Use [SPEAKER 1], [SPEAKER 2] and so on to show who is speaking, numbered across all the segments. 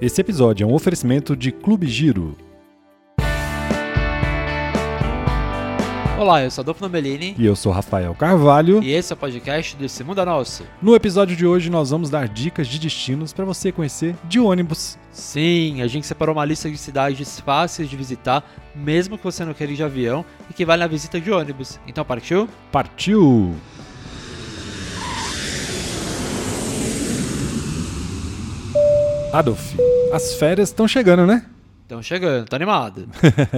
[SPEAKER 1] Esse episódio é um oferecimento de Clube Giro.
[SPEAKER 2] Olá, eu sou Adolfo Nomelini
[SPEAKER 1] E eu sou Rafael Carvalho.
[SPEAKER 2] e esse é o podcast do Esse Mundo é Nosso.
[SPEAKER 1] No episódio de hoje, nós vamos dar dicas de destinos para você conhecer de ônibus.
[SPEAKER 2] Sim, a gente separou uma lista de cidades fáceis de visitar, mesmo que você não queira ir de avião, e que vale na visita de ônibus. Então partiu?
[SPEAKER 1] Partiu! Adolf, as férias estão chegando, né?
[SPEAKER 2] Estão chegando, tô animado.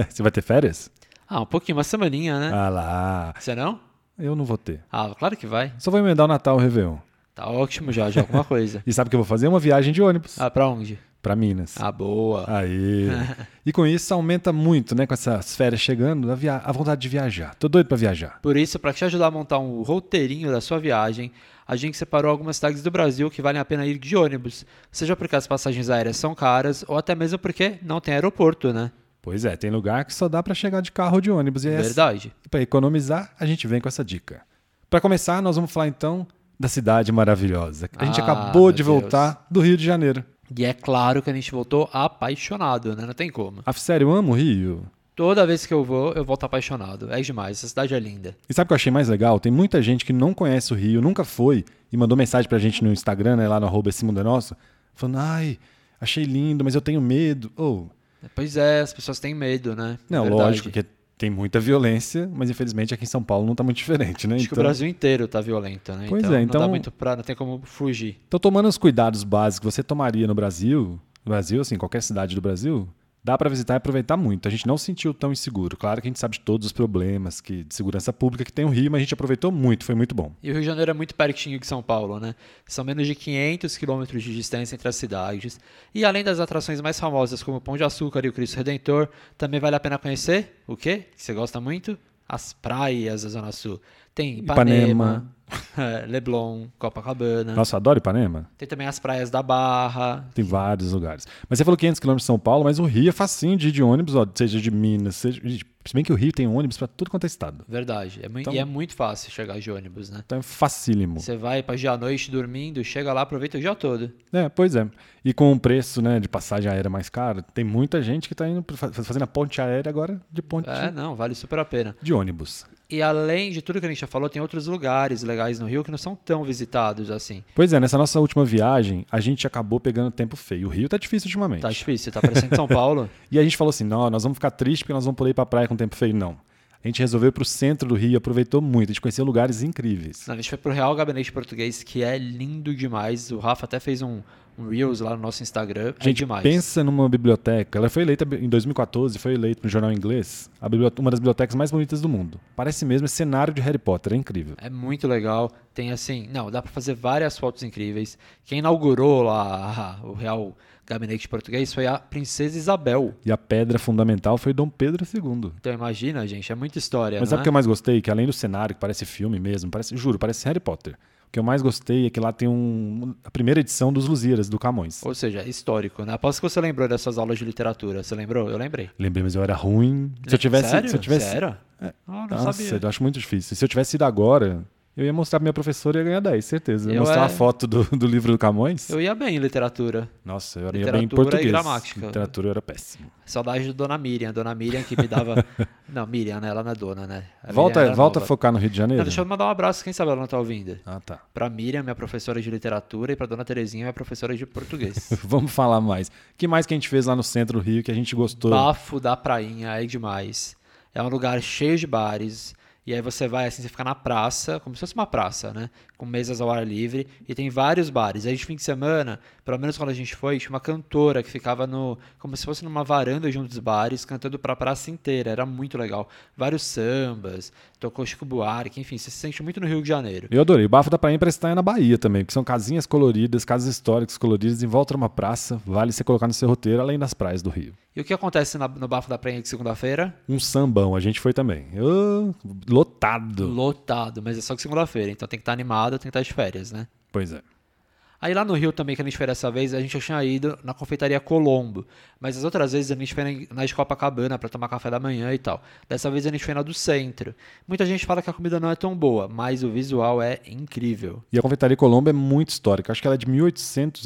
[SPEAKER 1] Você vai ter férias?
[SPEAKER 2] Ah, um pouquinho, uma semaninha, né?
[SPEAKER 1] Ah lá,
[SPEAKER 2] Você não?
[SPEAKER 1] eu não vou ter.
[SPEAKER 2] Ah, claro que vai.
[SPEAKER 1] Só vou emendar o Natal e o Réveillon.
[SPEAKER 2] Tá ótimo já, já alguma coisa.
[SPEAKER 1] E sabe o que eu vou fazer? Uma viagem de ônibus
[SPEAKER 2] Ah, pra onde?
[SPEAKER 1] para Minas.
[SPEAKER 2] Ah, boa.
[SPEAKER 1] Aí. e com isso aumenta muito, né? Com essas férias chegando, a, via- a vontade de viajar. Tô doido pra viajar.
[SPEAKER 2] Por isso, para te ajudar a montar um roteirinho da sua viagem, a gente separou algumas cidades do Brasil que valem a pena ir de ônibus, seja porque as passagens aéreas são caras ou até mesmo porque não tem aeroporto, né?
[SPEAKER 1] Pois é, tem lugar que só dá pra chegar de carro ou de ônibus. E é
[SPEAKER 2] Verdade.
[SPEAKER 1] para economizar, a gente vem com essa dica. Pra começar, nós vamos falar então da cidade maravilhosa. A gente
[SPEAKER 2] Ah,
[SPEAKER 1] acabou
[SPEAKER 2] meu
[SPEAKER 1] de voltar do Rio de Janeiro.
[SPEAKER 2] E é claro que a gente voltou apaixonado, né? Não tem como.
[SPEAKER 1] Ah, sério, eu amo o Rio.
[SPEAKER 2] Toda vez que eu vou, eu volto apaixonado. É demais, essa cidade é linda.
[SPEAKER 1] E sabe o que eu achei mais legal? Tem muita gente que não conhece o Rio, nunca foi, e mandou mensagem pra gente no Instagram, né, lá no arroba esse mundo é nosso, falando, ai, achei lindo, mas eu tenho medo. Ou,
[SPEAKER 2] Pois é, as pessoas têm medo, né?
[SPEAKER 1] não,
[SPEAKER 2] Verdade.
[SPEAKER 1] lógico que é tem muita violência, mas infelizmente aqui em São Paulo não tá muito diferente, né?
[SPEAKER 2] Acho que o Brasil inteiro tá violento, né?
[SPEAKER 1] Pois
[SPEAKER 2] então,
[SPEAKER 1] é,
[SPEAKER 2] Não
[SPEAKER 1] então-
[SPEAKER 2] dá muito pra... Não tem como fugir.
[SPEAKER 1] Então, tomando os cuidados básicos que você tomaria no Brasil, no Brasil, assim, qualquer cidade do Brasil, dá pra visitar e aproveitar muito. A gente não se sentiu tão inseguro. Claro que a gente sabe de todos os problemas que, de segurança pública que tem o Rio, mas a gente aproveitou muito, foi muito bom.
[SPEAKER 2] E o Rio de Janeiro é muito pertinho de São Paulo, né? São menos de 500 quilômetros de distância entre as cidades. E além das atrações mais famosas como o Pão de Açúcar e o Cristo Redentor, também vale a pena conhecer o quê? Que você gosta muito? As praias da Zona Sul. Tem Ipanema, Leblon, Copacabana.
[SPEAKER 1] Nossa, eu adoro Ipanema.
[SPEAKER 2] Tem também as praias da Barra.
[SPEAKER 1] Tem vários lugares. Mas você falou 500 km de São Paulo, mas o Rio é facinho de ir de ônibus, ó, seja de Minas, seja. de- Se bem que o Rio tem ônibus pra tudo quanto é estado.
[SPEAKER 2] Verdade. É mui-
[SPEAKER 1] Então-
[SPEAKER 2] E é muito fácil chegar de ônibus, né?
[SPEAKER 1] Então é facílimo.
[SPEAKER 2] Você vai pra dia à noite dormindo, chega lá, aproveita o dia todo.
[SPEAKER 1] É, pois é. E com o preço né, de passagem aérea mais caro, tem muita gente que tá indo pra- fa- fazendo a ponte aérea agora de ponte
[SPEAKER 2] É, não, vale super a pena.
[SPEAKER 1] de ônibus.
[SPEAKER 2] E além de tudo que a gente já falou, tem outros lugares legais no Rio que não são tão visitados assim.
[SPEAKER 1] Pois é, nessa nossa última viagem, a gente acabou pegando tempo feio. O Rio tá difícil ultimamente.
[SPEAKER 2] Tá difícil, tá parecendo São Paulo.
[SPEAKER 1] E a gente falou assim: não, nós vamos ficar tristes porque nós vamos poder ir pra praia com tempo feio. Não. A gente resolveu ir pro centro do Rio, aproveitou muito, a gente conheceu lugares incríveis.
[SPEAKER 2] Não, a gente foi pro Real Gabinete Português, que é lindo demais. O Rafa até fez um, um Reels lá no nosso Instagram. é
[SPEAKER 1] Gente,
[SPEAKER 2] demais.
[SPEAKER 1] pensa numa biblioteca. Ela foi eleita em 2014, foi eleita no jornal inglês, a bibliote- uma das bibliotecas mais bonitas do mundo. Parece mesmo esse cenário de Harry Potter, é incrível.
[SPEAKER 2] É muito legal. Tem assim, não, dá pra fazer várias fotos incríveis. Quem inaugurou lá o Real Gabinete Português foi a Princesa Isabel.
[SPEAKER 1] E a pedra fundamental foi Dom Pedro II.
[SPEAKER 2] Então imagina, gente, é muita história,
[SPEAKER 1] Mas
[SPEAKER 2] não
[SPEAKER 1] sabe o
[SPEAKER 2] é?
[SPEAKER 1] que eu mais gostei? Que além do cenário, que parece filme mesmo, parece, juro, parece Harry Potter. O que eu mais gostei é que lá tem um, a primeira edição dos Lusíadas, do Camões.
[SPEAKER 2] Ou seja, é histórico, né? Aposto que você lembrou das suas aulas de literatura. Você lembrou? Eu lembrei.
[SPEAKER 1] Lembrei, mas eu era ruim. Se eu tivesse.
[SPEAKER 2] Sério?
[SPEAKER 1] Se eu tivesse
[SPEAKER 2] Sério? Ah, não
[SPEAKER 1] Nossa,
[SPEAKER 2] sabia.
[SPEAKER 1] eu acho muito difícil. Se eu tivesse ido agora, eu ia mostrar pra minha professora e ia ganhar 10, certeza. Eu ia
[SPEAKER 2] Eu
[SPEAKER 1] mostrar
[SPEAKER 2] era-
[SPEAKER 1] uma foto do, do livro do Camões.
[SPEAKER 2] Eu ia bem em literatura.
[SPEAKER 1] Nossa, eu era ia bem em
[SPEAKER 2] Literatura e
[SPEAKER 1] português.
[SPEAKER 2] gramática.
[SPEAKER 1] Literatura eu era péssimo.
[SPEAKER 2] Saudade do Dona Miriam. Dona Miriam que me dava. não, Miriam, né? Ela não é dona, né? A Miriam
[SPEAKER 1] Volta,
[SPEAKER 2] era
[SPEAKER 1] volta a
[SPEAKER 2] nova.
[SPEAKER 1] focar no Rio de Janeiro.
[SPEAKER 2] Não, deixa eu mandar um abraço, quem sabe ela não tá ouvindo.
[SPEAKER 1] Ah, tá.
[SPEAKER 2] Pra Miriam, minha professora de literatura, e pra Dona Terezinha, minha professora de português.
[SPEAKER 1] Vamos falar mais. O que mais que a gente fez lá no centro do Rio que a gente gostou?
[SPEAKER 2] Bafo da prainha é demais. É um lugar cheio de bares. E aí você vai assim, você fica na praça, como se fosse uma praça, né? Com mesas ao ar livre. E tem vários bares. Aí de fim de semana, pelo menos quando a gente foi, tinha uma cantora que ficava no. como se fosse numa varanda de um dos bares, cantando pra praça inteira. Era muito legal. Vários sambas, tocou Chico Buarque, enfim, você se sente muito no Rio de Janeiro.
[SPEAKER 1] Eu adorei. O Bafo da Prainha parece que tá na Bahia também, porque são casinhas coloridas, casas históricas coloridas em volta de uma praça. Vale você colocar no seu roteiro, além das praias do Rio.
[SPEAKER 2] E o que acontece na- no Bafo da Prainha de segunda-feira?
[SPEAKER 1] Um sambão, a gente foi também. Ô, lotado.
[SPEAKER 2] tá Lotado, mas é só que segunda-feira, então tem que estar animado, tem que estar de férias, né?
[SPEAKER 1] Pois é.
[SPEAKER 2] Aí lá no Rio também, que a gente foi dessa vez, a gente já tinha ido na confeitaria Colombo. Mas as outras vezes a gente foi na de Copacabana para tomar café da manhã e tal. Dessa vez a gente foi na do centro. Muita gente fala que a comida não é tão boa, mas o visual é incrível.
[SPEAKER 1] E a Confeitaria Colombo é muito histórica. Acho que ela é de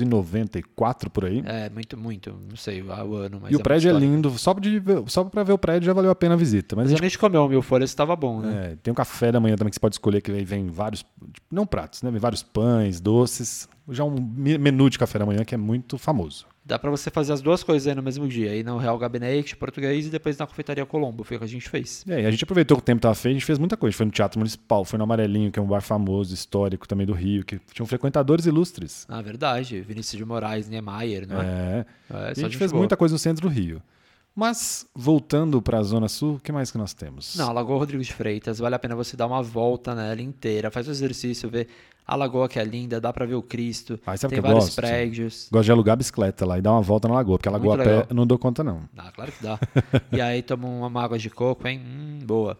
[SPEAKER 1] 1894 por aí.
[SPEAKER 2] É, muito, muito. Não sei o ano, mas.
[SPEAKER 1] e
[SPEAKER 2] é
[SPEAKER 1] o prédio é
[SPEAKER 2] muito histórico.
[SPEAKER 1] lindo. Só, de ver- só pra ver o prédio já valeu a pena a visita. Mas
[SPEAKER 2] Mas
[SPEAKER 1] a
[SPEAKER 2] é a
[SPEAKER 1] gente,
[SPEAKER 2] gente comeu o mil folhas, estava bom, né?
[SPEAKER 1] é, tem um café da manhã também que você pode escolher, que aí vem vários. tipo, Não pratos, né? Vem vários pães, doces. Já um me- menu de café da manhã que é muito famoso.
[SPEAKER 2] Dá pra você fazer as duas coisas aí no mesmo dia. Ir no Real Gabinete Português e depois na Confeitaria Colombo. Foi o que a gente fez.
[SPEAKER 1] É, e a gente aproveitou que o tempo estava feio, a gente fez muita coisa. A gente foi no Teatro Municipal, foi no Amarelinho, que é um bar famoso, histórico também do Rio, que tinham frequentadores ilustres.
[SPEAKER 2] Ah, verdade. Vinícius de Moraes, Niemeyer, não é?
[SPEAKER 1] É.
[SPEAKER 2] É,
[SPEAKER 1] a
[SPEAKER 2] só
[SPEAKER 1] gente fez
[SPEAKER 2] boa.
[SPEAKER 1] muita coisa no centro do Rio. Mas, voltando para a Zona Sul, o que mais que nós temos?
[SPEAKER 2] Não, a Lagoa Rodrigues de Freitas, vale a pena você dar uma volta nela inteira, faz o exercício, vê a lagoa que é linda, dá pra ver o Cristo,
[SPEAKER 1] Ah, sabe o
[SPEAKER 2] tem
[SPEAKER 1] que eu
[SPEAKER 2] vários
[SPEAKER 1] gosto?
[SPEAKER 2] prédios.
[SPEAKER 1] Gosto de alugar a bicicleta lá e dar uma volta na lagoa, porque a lagoa a
[SPEAKER 2] Muito
[SPEAKER 1] pé
[SPEAKER 2] legal.
[SPEAKER 1] eu não dou conta, não.
[SPEAKER 2] Ah, claro que dá. e aí toma uma água de coco, hein? Hum, boa.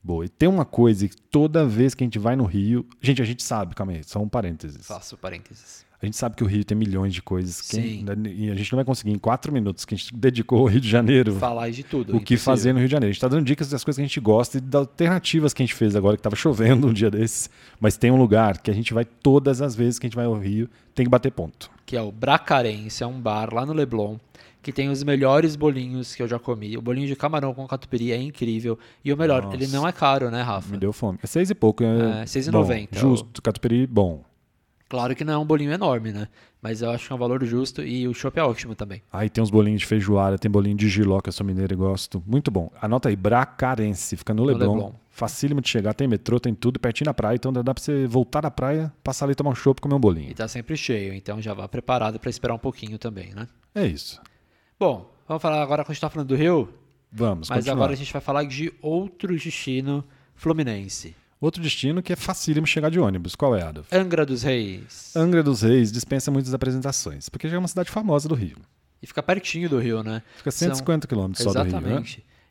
[SPEAKER 1] Boa. E tem uma coisa que toda vez que a gente vai no Rio. Gente, a gente sabe, calma aí, só um parênteses.
[SPEAKER 2] Faço parênteses.
[SPEAKER 1] A gente sabe que o Rio tem milhões de coisas que
[SPEAKER 2] Sim.
[SPEAKER 1] e a gente não vai conseguir em quatro minutos que a gente dedicou ao Rio de Janeiro.
[SPEAKER 2] Falar de tudo.
[SPEAKER 1] o que
[SPEAKER 2] impossível.
[SPEAKER 1] fazer no Rio de Janeiro. A gente tá dando dicas das coisas que a gente gosta e das alternativas que a gente fez agora, que tava chovendo um dia desses. Mas tem um lugar que a gente vai todas as vezes que a gente vai ao Rio, tem que bater ponto.
[SPEAKER 2] que é o Bracarense, é um bar lá no Leblon, que tem os melhores bolinhos que eu já comi. O bolinho de camarão com catupiry é incrível. E o melhor, ele não é caro, né, Rafa?
[SPEAKER 1] Me deu fome. É seis e pouco. É,
[SPEAKER 2] É, seis e
[SPEAKER 1] bom,
[SPEAKER 2] noventa.
[SPEAKER 1] Justo, catupiry, bom.
[SPEAKER 2] Claro que não é um bolinho enorme, né? Mas eu acho que é um valor justo e o chopp é ótimo também.
[SPEAKER 1] Aí tem uns bolinhos de feijoada, tem bolinho de giló, que eu sou mineiro e gosto. Muito bom. Anota aí, Bracarense, fica no Leblon.
[SPEAKER 2] Leblon.
[SPEAKER 1] Facílimo de chegar, tem metrô, tem tudo, pertinho da praia. Então dá pra você voltar da praia, passar ali, tomar um chopp, comer um
[SPEAKER 2] E
[SPEAKER 1] bolinho.
[SPEAKER 2] tá sempre cheio, então já vá preparado pra esperar um pouquinho também, né?
[SPEAKER 1] É isso.
[SPEAKER 2] Bom, vamos falar agora quando a gente tá falando do Rio,
[SPEAKER 1] Vamos,
[SPEAKER 2] mas
[SPEAKER 1] continuar.
[SPEAKER 2] agora a gente vai falar de outro destino fluminense.
[SPEAKER 1] Outro destino que é facílimo chegar de ônibus. Qual é, Adolf?
[SPEAKER 2] Angra dos Reis.
[SPEAKER 1] Angra dos Reis dispensa muitas apresentações, porque já é uma cidade famosa do Rio.
[SPEAKER 2] E fica pertinho do Rio, né?
[SPEAKER 1] Fica
[SPEAKER 2] São-
[SPEAKER 1] 150 quilômetros só
[SPEAKER 2] Exatamente.
[SPEAKER 1] do Rio, né?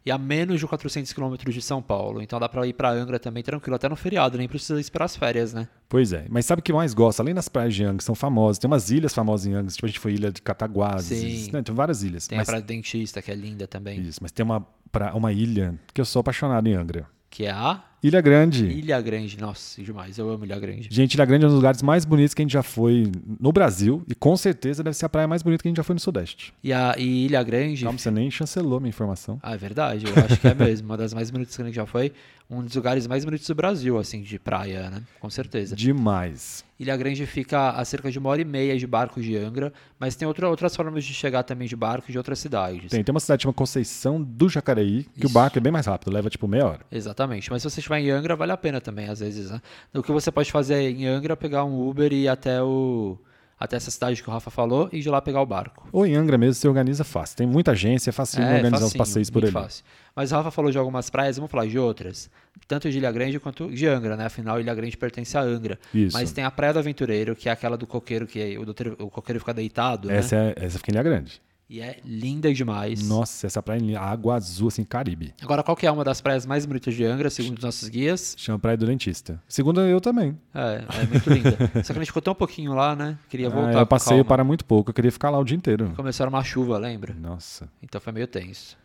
[SPEAKER 2] E a menos de 400 quilômetros de São Paulo. Então dá pra ir pra Angra também tranquilo, até no feriado, nem precisa esperar as férias, né?
[SPEAKER 1] Pois é. Mas sabe o que mais gosta? Além das praias de Angra, que são famosas, tem umas ilhas famosas em Angra, tipo a gente foi ilha de Cataguases,
[SPEAKER 2] Sim.
[SPEAKER 1] né? tem várias ilhas.
[SPEAKER 2] Tem
[SPEAKER 1] mas,
[SPEAKER 2] a Praia do Dentista, que é linda também,
[SPEAKER 1] Isso, mas tem uma, pra, uma ilha que eu sou apaixonado em Angra.
[SPEAKER 2] que é a
[SPEAKER 1] Ilha Grande.
[SPEAKER 2] Ilha Grande. Nossa, demais, eu amo Ilha Grande.
[SPEAKER 1] Gente, Ilha Grande é um dos lugares mais bonitos que a gente já foi no Brasil e com certeza deve ser a praia mais bonita que a gente já foi no Sudeste.
[SPEAKER 2] E, a, e Ilha Grande
[SPEAKER 1] Calma, você nem chancelou minha informação.
[SPEAKER 2] Ah, é verdade, eu acho que é mesmo. Uma das mais bonitas que a gente já foi. Um dos lugares mais bonitos do Brasil, assim, de praia, né? Com certeza.
[SPEAKER 1] Demais.
[SPEAKER 2] Ilha Grande fica a cerca de uma hora e meia de barco de Angra, mas tem outra- outras formas de chegar também de barco de outras cidades.
[SPEAKER 1] Tem, tem uma cidade chamada Conceição do Jacareí, que o
[SPEAKER 2] Isso.
[SPEAKER 1] barco é bem mais rápido, leva tipo meia hora.
[SPEAKER 2] Exatamente. Mas se você estiver em Angra, vale a pena também, às vezes, né? O que você pode fazer em Angra é pegar um Uber e ir até o. Até essa cidade que o Rafa falou e de lá pegar o barco.
[SPEAKER 1] Ou em Angra mesmo, você organiza fácil. Tem muita agência, é fácil organizar os
[SPEAKER 2] facinho,
[SPEAKER 1] passeios por
[SPEAKER 2] muito
[SPEAKER 1] ali.
[SPEAKER 2] Fácil. Mas o Rafa falou de algumas praias, vamos falar de outras. Tanto de Ilha Grande quanto de Angra, né? Afinal, Ilha Grande pertence a Angra.
[SPEAKER 1] Isso.
[SPEAKER 2] Mas tem a Praia do Aventureiro, que é aquela do coqueiro, que o, doutor- o coqueiro fica deitado, né?
[SPEAKER 1] Essa, é, essa fica em Ilha Grande.
[SPEAKER 2] E é linda demais.
[SPEAKER 1] Nossa, essa praia, em água azul, assim, Caribe.
[SPEAKER 2] Agora, qual que é uma das praias mais bonitas de Angra, segundo os nossos guias?
[SPEAKER 1] Chama Praia do Dentista. Segundo eu também.
[SPEAKER 2] É, é muito linda. Só que a gente ficou tão pouquinho lá, né? Queria
[SPEAKER 1] Ah,
[SPEAKER 2] voltar
[SPEAKER 1] eu
[SPEAKER 2] com
[SPEAKER 1] passei
[SPEAKER 2] calma.
[SPEAKER 1] para muito pouco, eu queria ficar lá o dia inteiro.
[SPEAKER 2] Começaram uma chuva, lembra?
[SPEAKER 1] Nossa.
[SPEAKER 2] Então foi meio tenso.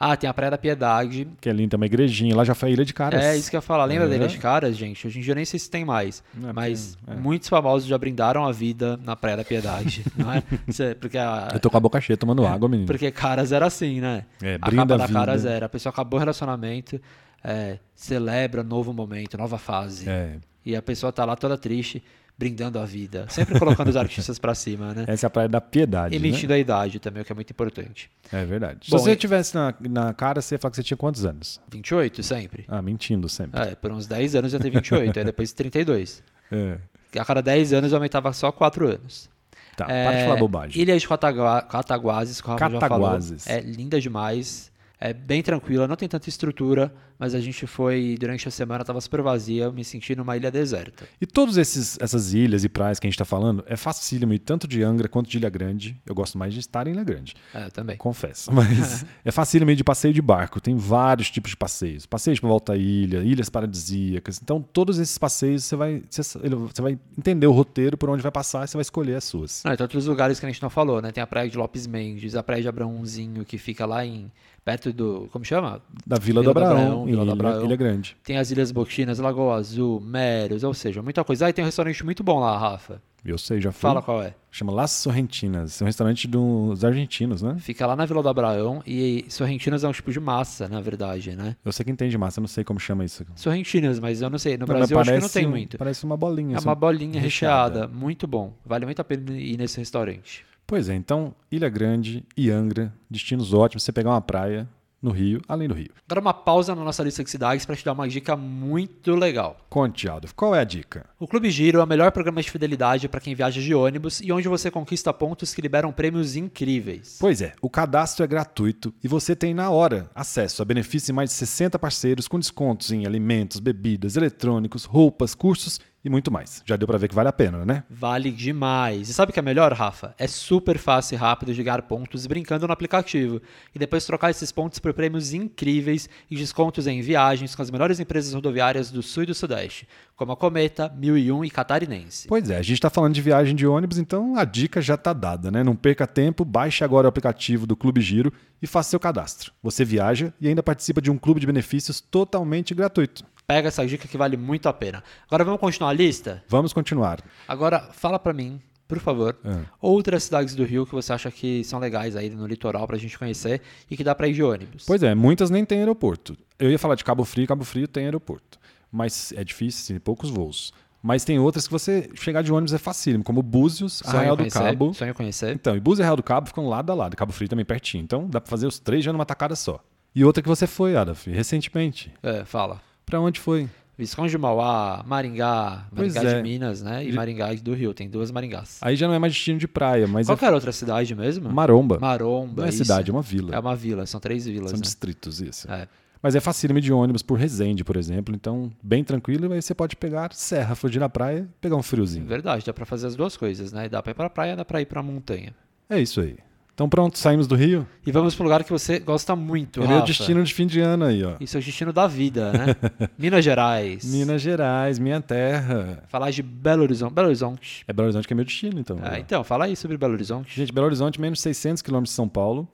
[SPEAKER 2] Ah, tem a Praia da Piedade,
[SPEAKER 1] Que é lindo, tem uma igrejinha. Lá já foi a Ilha de Caras.
[SPEAKER 2] É isso que eu ia falar. Lembra
[SPEAKER 1] É.
[SPEAKER 2] dele de caras, gente? Hoje em dia eu nem sei se tem mais.
[SPEAKER 1] Não, é
[SPEAKER 2] mas muitos famosos já brindaram a vida na Praia da Piedade, não é? Cê- Porque, a-
[SPEAKER 1] Eu tô com a boca cheia tomando água, menino.
[SPEAKER 2] É, porque caras era assim, né?
[SPEAKER 1] É,
[SPEAKER 2] a
[SPEAKER 1] brinda
[SPEAKER 2] capa
[SPEAKER 1] a
[SPEAKER 2] da
[SPEAKER 1] vida.
[SPEAKER 2] caras era. A pessoa acabou o relacionamento, é, celebra novo momento, nova fase.
[SPEAKER 1] É.
[SPEAKER 2] E a pessoa tá lá toda triste, brindando a vida. Sempre colocando os artistas pra cima, né?
[SPEAKER 1] Essa é a Praia da Piedade,
[SPEAKER 2] E
[SPEAKER 1] né?
[SPEAKER 2] mentindo a idade também, o que é muito importante.
[SPEAKER 1] É verdade.
[SPEAKER 2] Bom,
[SPEAKER 1] Se você
[SPEAKER 2] e-
[SPEAKER 1] estivesse na, na cara, você ia falar que você tinha quantos anos?
[SPEAKER 2] 28 sempre.
[SPEAKER 1] Ah, mentindo sempre.
[SPEAKER 2] É, por uns 10 anos eu tenho 28, aí depois 32.
[SPEAKER 1] É.
[SPEAKER 2] A cada 10 anos eu aumentava só 4 anos.
[SPEAKER 1] Tá,
[SPEAKER 2] É,
[SPEAKER 1] para de falar bobagem.
[SPEAKER 2] Ilha de Catagua Cataguases, que o Rafa já falou.
[SPEAKER 1] Cataguases.
[SPEAKER 2] É linda demais. É bem tranquila, não tem tanta estrutura, mas a gente foi, durante a semana, estava super vazia, eu me senti numa ilha deserta.
[SPEAKER 1] E todas essas ilhas e praias que a gente está falando, é facílimo ir tanto de Angra quanto de Ilha Grande. Eu gosto mais de estar em Ilha Grande.
[SPEAKER 2] É, eu também.
[SPEAKER 1] Confesso. Mas é facílimo ir de passeio de barco. Tem vários tipos de passeios. Passeios para volta à ilha, ilhas paradisíacas. Então, todos esses passeios, você vai, você, você vai entender o roteiro por onde vai passar e você vai escolher as suas.
[SPEAKER 2] Não, e tem outros lugares que a gente não falou, né? Tem a praia de Lopes Mendes, a praia de Abraãozinho, que fica lá em perto do. Como chama?
[SPEAKER 1] Da Vila, do Abraão, em
[SPEAKER 2] Vila do
[SPEAKER 1] ilha,
[SPEAKER 2] Abraão.
[SPEAKER 1] Ilha Grande.
[SPEAKER 2] Tem as Ilhas Boquinas, Lagoa Azul, Meros, ou seja, muita coisa. Ah, e tem um restaurante muito bom lá, Rafa.
[SPEAKER 1] Eu sei, já fui.
[SPEAKER 2] Fala qual é.
[SPEAKER 1] Chama Las Sorrentinas. É um restaurante dos argentinos, né?
[SPEAKER 2] Fica lá na Vila do Abraão e sorrentinas é um tipo de massa, na verdade, né?
[SPEAKER 1] Eu sei que entende massa, eu não sei como chama isso.
[SPEAKER 2] Sorrentinas, mas eu não sei. No
[SPEAKER 1] Mas
[SPEAKER 2] Brasil eu acho que não
[SPEAKER 1] parece
[SPEAKER 2] tem
[SPEAKER 1] um-
[SPEAKER 2] muito.
[SPEAKER 1] Parece é. uma bolinha.
[SPEAKER 2] É
[SPEAKER 1] assim.
[SPEAKER 2] uma bolinha
[SPEAKER 1] recheada.
[SPEAKER 2] recheada. muito bom. Vale muito a pena ir nesse restaurante.
[SPEAKER 1] Pois é, então, Ilha Grande e Angra, destinos ótimos. Você pegar uma praia no Rio, além do Rio.
[SPEAKER 2] Agora uma pausa na nossa lista de cidades para te dar uma dica muito legal.
[SPEAKER 1] Conte, Aldo, qual é a dica?
[SPEAKER 2] O Clube Giro é o melhor programa de fidelidade para quem viaja de ônibus e onde você conquista pontos que liberam prêmios incríveis.
[SPEAKER 1] Pois é, o cadastro é gratuito e você tem na hora acesso a benefícios de mais de 60 parceiros com descontos em alimentos, bebidas, eletrônicos, roupas, cursos e muito mais. Já deu pra ver que vale a pena, né?
[SPEAKER 2] Vale demais. E sabe o que é melhor, Rafa? É super fácil e rápido de ganhar pontos brincando no aplicativo e depois trocar esses pontos por prêmios incríveis e descontos em viagens com as melhores empresas rodoviárias do Sul e do Sudeste, como a Cometa, 1001 e Catarinense.
[SPEAKER 1] Pois é, a gente está falando de viagem de ônibus, então a dica já está dada, né? Não perca tempo, baixe agora o aplicativo do Clube Giro e faça seu cadastro. Você viaja e ainda participa de um clube de benefícios totalmente gratuito.
[SPEAKER 2] Pega essa dica que vale muito a pena. Agora vamos continuar a lista?
[SPEAKER 1] Vamos continuar.
[SPEAKER 2] Agora fala pra mim, por favor,
[SPEAKER 1] É.
[SPEAKER 2] outras cidades do Rio que você acha que são legais aí no litoral pra gente conhecer e que dá pra ir de ônibus.
[SPEAKER 1] Pois é, muitas nem têm aeroporto. Eu ia falar de Cabo Frio, Cabo Frio tem aeroporto. Mas é difícil, tem poucos voos. Mas tem outras que você chegar de ônibus é facílimo, como Búzios,
[SPEAKER 2] Sonho
[SPEAKER 1] é, Arraial do
[SPEAKER 2] conhecer,
[SPEAKER 1] Cabo.
[SPEAKER 2] Sonho conhecer.
[SPEAKER 1] Então, e Búzios e Arraial do Cabo ficam lado a lado, Cabo Frio também pertinho. Então dá para fazer os três já numa tacada só. E outra que você foi, Adaf, recentemente.
[SPEAKER 2] É, fala.
[SPEAKER 1] Para onde foi?
[SPEAKER 2] Visconde de Mauá, Maringá,
[SPEAKER 1] Pois
[SPEAKER 2] Maringá
[SPEAKER 1] é.
[SPEAKER 2] de Minas, né? E
[SPEAKER 1] Ele-
[SPEAKER 2] Maringá do Rio, tem duas Maringás.
[SPEAKER 1] Aí já não é mais destino de praia, mas
[SPEAKER 2] Qual
[SPEAKER 1] é
[SPEAKER 2] que era outra cidade mesmo?
[SPEAKER 1] Maromba.
[SPEAKER 2] Maromba.
[SPEAKER 1] não é
[SPEAKER 2] isso.
[SPEAKER 1] cidade, é uma vila.
[SPEAKER 2] É uma vila, são três vilas.
[SPEAKER 1] São
[SPEAKER 2] né?
[SPEAKER 1] distritos, isso.
[SPEAKER 2] É.
[SPEAKER 1] Mas é facílimo de ônibus por Resende, por exemplo. Então, bem tranquilo, aí você pode pegar serra, fugir na praia, pegar um friozinho.
[SPEAKER 2] É Verdade, dá pra fazer as duas coisas, né? Dá pra ir pra praia, dá pra ir pra montanha.
[SPEAKER 1] É isso aí. Então pronto, saímos do Rio.
[SPEAKER 2] E vamos pro lugar que você gosta muito,
[SPEAKER 1] é
[SPEAKER 2] Rafa.
[SPEAKER 1] meu destino de fim de ano aí, ó.
[SPEAKER 2] Isso é o destino da vida, né? Minas Gerais.
[SPEAKER 1] Minas Gerais, minha terra.
[SPEAKER 2] Falar de Belo Horizonte. Belo Horizonte.
[SPEAKER 1] É Belo Horizonte que é meu destino, então.
[SPEAKER 2] Ah, então, fala aí sobre Belo Horizonte.
[SPEAKER 1] Gente, Belo Horizonte, menos 600 quilômetros de São Paulo.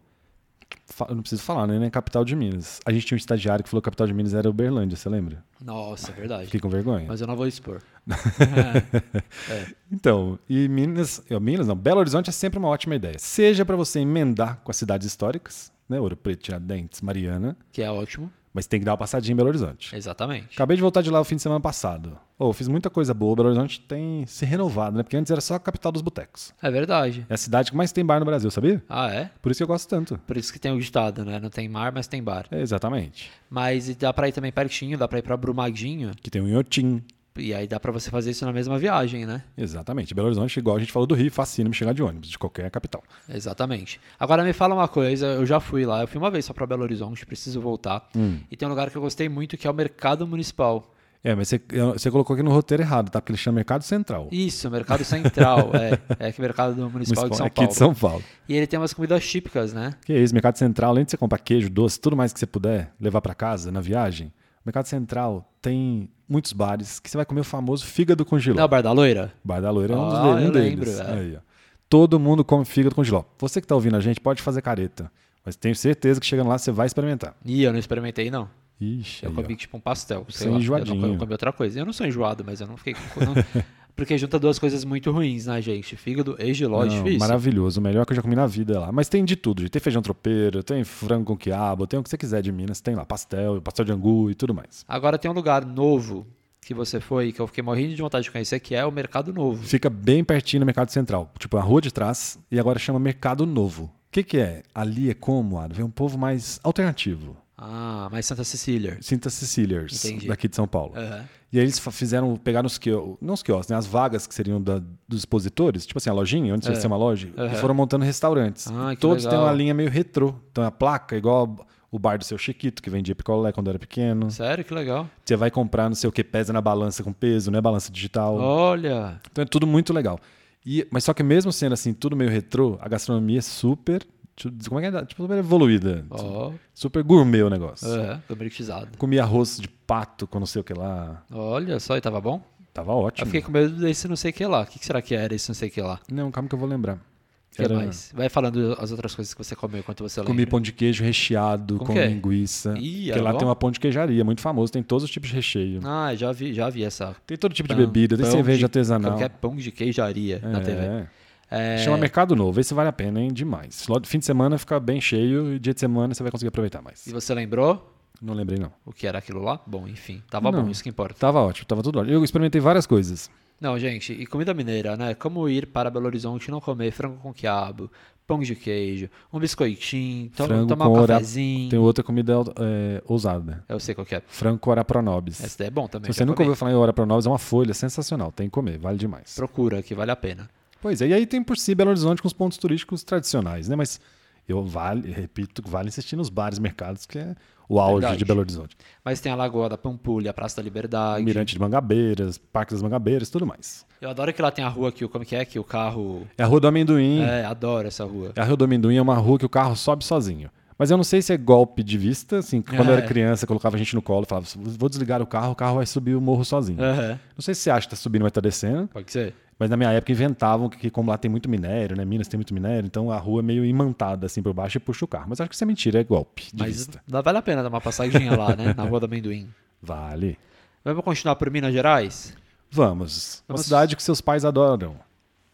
[SPEAKER 1] Fa- Não preciso falar, né? né? Capital de Minas. A gente tinha um estagiário que falou que a capital de Minas era Uberlândia, você lembra?
[SPEAKER 2] Nossa, é verdade.
[SPEAKER 1] Fiquei com vergonha.
[SPEAKER 2] Mas eu não vou expor.
[SPEAKER 1] Então, e Minas, eu- Minas não, Belo Horizonte é sempre uma ótima ideia. Seja para você emendar com as cidades históricas, né? Ouro Preto, Tiradentes, Mariana,
[SPEAKER 2] Que é ótimo.
[SPEAKER 1] mas tem que dar uma passadinha em Belo Horizonte.
[SPEAKER 2] Exatamente.
[SPEAKER 1] Acabei de voltar de lá o fim de semana passado. Oh, fiz muita coisa boa, Belo Horizonte tem se renovado, né? Porque antes era só a capital dos botecos.
[SPEAKER 2] É verdade.
[SPEAKER 1] É a cidade que mais tem bar no Brasil, sabia?
[SPEAKER 2] Ah, é?
[SPEAKER 1] Por isso que eu gosto tanto.
[SPEAKER 2] Por isso que tem o ditado, né? Não tem mar, mas tem bar.
[SPEAKER 1] É, exatamente.
[SPEAKER 2] Mas e dá pra ir também pertinho, dá pra ir pra Brumadinho.
[SPEAKER 1] Que tem o Inhotim.
[SPEAKER 2] E aí dá pra você fazer isso na mesma viagem, né?
[SPEAKER 1] Exatamente. Belo Horizonte, igual a gente falou do Rio, fascina me chegar de ônibus, de qualquer capital.
[SPEAKER 2] Exatamente. Agora me fala uma coisa, eu já fui lá, eu fui uma vez só pra Belo Horizonte, preciso voltar. E tem um lugar que eu gostei muito que é o Mercado Municipal.
[SPEAKER 1] É, mas você, você colocou aqui no roteiro errado, tá? Porque ele chama Mercado Central. Um
[SPEAKER 2] Isso, Mercado Central, é. É que é Mercado Municipal de São
[SPEAKER 1] aqui
[SPEAKER 2] Paulo.
[SPEAKER 1] de São Paulo.
[SPEAKER 2] E ele tem umas comidas típicas, né?
[SPEAKER 1] Que é isso, Mercado Central, além de você comprar queijo, doce, tudo mais que você puder levar pra casa na viagem, o Mercado Central tem muitos bares que você vai comer o famoso fígado com
[SPEAKER 2] Não é o
[SPEAKER 1] giló.
[SPEAKER 2] Bar da Loira?
[SPEAKER 1] Bar da Loira é um,
[SPEAKER 2] Ah,
[SPEAKER 1] dos,
[SPEAKER 2] eu
[SPEAKER 1] um
[SPEAKER 2] lembro,
[SPEAKER 1] deles.
[SPEAKER 2] é.
[SPEAKER 1] Aí, ó. Todo mundo come fígado com giló. Você que tá ouvindo a gente pode fazer careta, mas tenho certeza que chegando lá você vai experimentar.
[SPEAKER 2] Ih, eu não experimentei, não.
[SPEAKER 1] Ixi,
[SPEAKER 2] Eu
[SPEAKER 1] aí, ó.
[SPEAKER 2] comi tipo um pastel.
[SPEAKER 1] Você
[SPEAKER 2] Sei
[SPEAKER 1] é
[SPEAKER 2] lá, Eu
[SPEAKER 1] enjoadinho.
[SPEAKER 2] não comi- comi outra coisa. Eu não sou enjoado, mas eu não fiquei com. não- Porque junta duas coisas muito ruins, né, gente? Fígado e giló, é
[SPEAKER 1] Não,
[SPEAKER 2] difícil.
[SPEAKER 1] maravilhoso, o melhor que eu já comi na vida é lá. Mas tem de tudo, gente. tem feijão tropeiro, tem frango com quiabo, tem o que você quiser de Minas, tem lá pastel, pastel de angu e tudo mais.
[SPEAKER 2] Agora tem um lugar novo que você foi, que eu fiquei morrendo de vontade de conhecer, que é o Mercado Novo.
[SPEAKER 1] Fica bem pertinho do Mercado Central, tipo a rua de trás, e agora chama Mercado Novo. O que, que é? Ali é como, Aro? Vem um povo mais alternativo.
[SPEAKER 2] Ah, mas Santa Cecília.
[SPEAKER 1] Sinta Ceciliers,
[SPEAKER 2] Entendi.
[SPEAKER 1] daqui de São Paulo.
[SPEAKER 2] Aham.
[SPEAKER 1] E aí eles fa- fizeram, pegaram os quiosques, não os quiosques, né? As vagas que seriam da- dos expositores, tipo assim, a lojinha, onde você ser uma loja, e
[SPEAKER 2] É. Aham.
[SPEAKER 1] foram montando restaurantes.
[SPEAKER 2] Ah, que
[SPEAKER 1] Todos têm
[SPEAKER 2] legal.
[SPEAKER 1] uma linha meio retrô. Então a placa, é igual o bar do seu Chiquito, que vendia picolé quando era pequeno.
[SPEAKER 2] Sério, que legal.
[SPEAKER 1] Você vai comprar não sei o que, pesa na balança com peso, né? Balança digital.
[SPEAKER 2] Olha.
[SPEAKER 1] Então é tudo muito legal. E, mas só que mesmo sendo assim, tudo meio retrô, a gastronomia é super. Como é que é? Tipo, super evoluída.
[SPEAKER 2] Ó.
[SPEAKER 1] Super gourmet o negócio.
[SPEAKER 2] É, americanizado.
[SPEAKER 1] Comia arroz de pato com não sei o que lá.
[SPEAKER 2] Olha só, e tava bom?
[SPEAKER 1] Tava ótimo.
[SPEAKER 2] Eu fiquei com medo desse não sei o que lá. O que que será que era esse não sei o que lá?
[SPEAKER 1] Não, calma que eu vou lembrar.
[SPEAKER 2] O que mais? Vai falando as outras coisas que você comeu enquanto você lembra.
[SPEAKER 1] Comi pão de queijo recheado
[SPEAKER 2] Com
[SPEAKER 1] com,
[SPEAKER 2] quê?
[SPEAKER 1] linguiça.
[SPEAKER 2] Ih,
[SPEAKER 1] porque
[SPEAKER 2] é
[SPEAKER 1] lá
[SPEAKER 2] bom?
[SPEAKER 1] tem uma pão de queijaria muito famosa, tem todos os tipos de recheio.
[SPEAKER 2] Ah, já vi, já vi essa.
[SPEAKER 1] Tem todo tipo de
[SPEAKER 2] Pão-
[SPEAKER 1] bebida, tem
[SPEAKER 2] pão
[SPEAKER 1] cerveja
[SPEAKER 2] de-
[SPEAKER 1] artesanal.
[SPEAKER 2] Qualquer pão de queijaria na TV.
[SPEAKER 1] É.
[SPEAKER 2] É,
[SPEAKER 1] Chama Mercado Novo, esse vale a pena, hein? Demais. Logo, Fim de semana fica bem cheio e dia de semana você vai conseguir aproveitar mais.
[SPEAKER 2] E você lembrou
[SPEAKER 1] Não lembrei, não.
[SPEAKER 2] o que era aquilo lá? Bom, enfim, tava
[SPEAKER 1] Não.
[SPEAKER 2] bom, isso que importa.
[SPEAKER 1] Tava ótimo, tava tudo ótimo. Eu experimentei várias coisas.
[SPEAKER 2] Não, gente, e comida mineira, né? Como ir para Belo Horizonte e não comer frango com quiabo, pão de queijo, um biscoitinho, to-
[SPEAKER 1] Frango
[SPEAKER 2] tomar um
[SPEAKER 1] com ora-
[SPEAKER 2] cafezinho.
[SPEAKER 1] Tem outra comida é, ousada.
[SPEAKER 2] Eu sei qual que é.
[SPEAKER 1] Franco Arapronobis.
[SPEAKER 2] Essa daí é bom também.
[SPEAKER 1] Se
[SPEAKER 2] já
[SPEAKER 1] você nunca
[SPEAKER 2] comi.
[SPEAKER 1] ouviu falar em Arapronobis, é uma folha sensacional. Tem que comer, vale demais.
[SPEAKER 2] Procura, que vale a pena.
[SPEAKER 1] Pois é, e aí tem por si Belo Horizonte com os pontos turísticos tradicionais, né? Mas eu vale, repito, vale insistir nos bares, mercados, que é o auge
[SPEAKER 2] Verdade.
[SPEAKER 1] de Belo Horizonte.
[SPEAKER 2] Mas tem a Lagoa da Pampulha, a Praça da Liberdade.
[SPEAKER 1] Mirante de Mangabeiras, Parque das Mangabeiras, tudo mais.
[SPEAKER 2] Eu adoro que lá tem a rua que o como que é que o carro.
[SPEAKER 1] É a Rua do Amendoim. É.
[SPEAKER 2] É, adoro essa rua.
[SPEAKER 1] A Rua do Amendoim é uma rua que o carro sobe sozinho. Mas eu não sei se é golpe de vista, assim, que quando eu
[SPEAKER 2] É.
[SPEAKER 1] era criança, colocava a gente no colo e falava, vou desligar o carro, o carro vai subir o morro sozinho.
[SPEAKER 2] Aham.
[SPEAKER 1] Não sei se você acha que tá subindo, mas tá descendo.
[SPEAKER 2] Pode ser.
[SPEAKER 1] Mas na minha época inventavam que, como lá tem muito minério, né? Minas tem muito minério, então a rua é meio imantada assim por baixo e puxa o carro. Mas acho que isso é mentira, é golpe de
[SPEAKER 2] Mas
[SPEAKER 1] vista.
[SPEAKER 2] dá- vale a pena dar uma passadinha lá, né? Na Rua do Amendoim.
[SPEAKER 1] Vale.
[SPEAKER 2] Vamos continuar por Minas Gerais?
[SPEAKER 1] Vamos. Uma
[SPEAKER 2] Vamos-
[SPEAKER 1] cidade que seus pais adoram.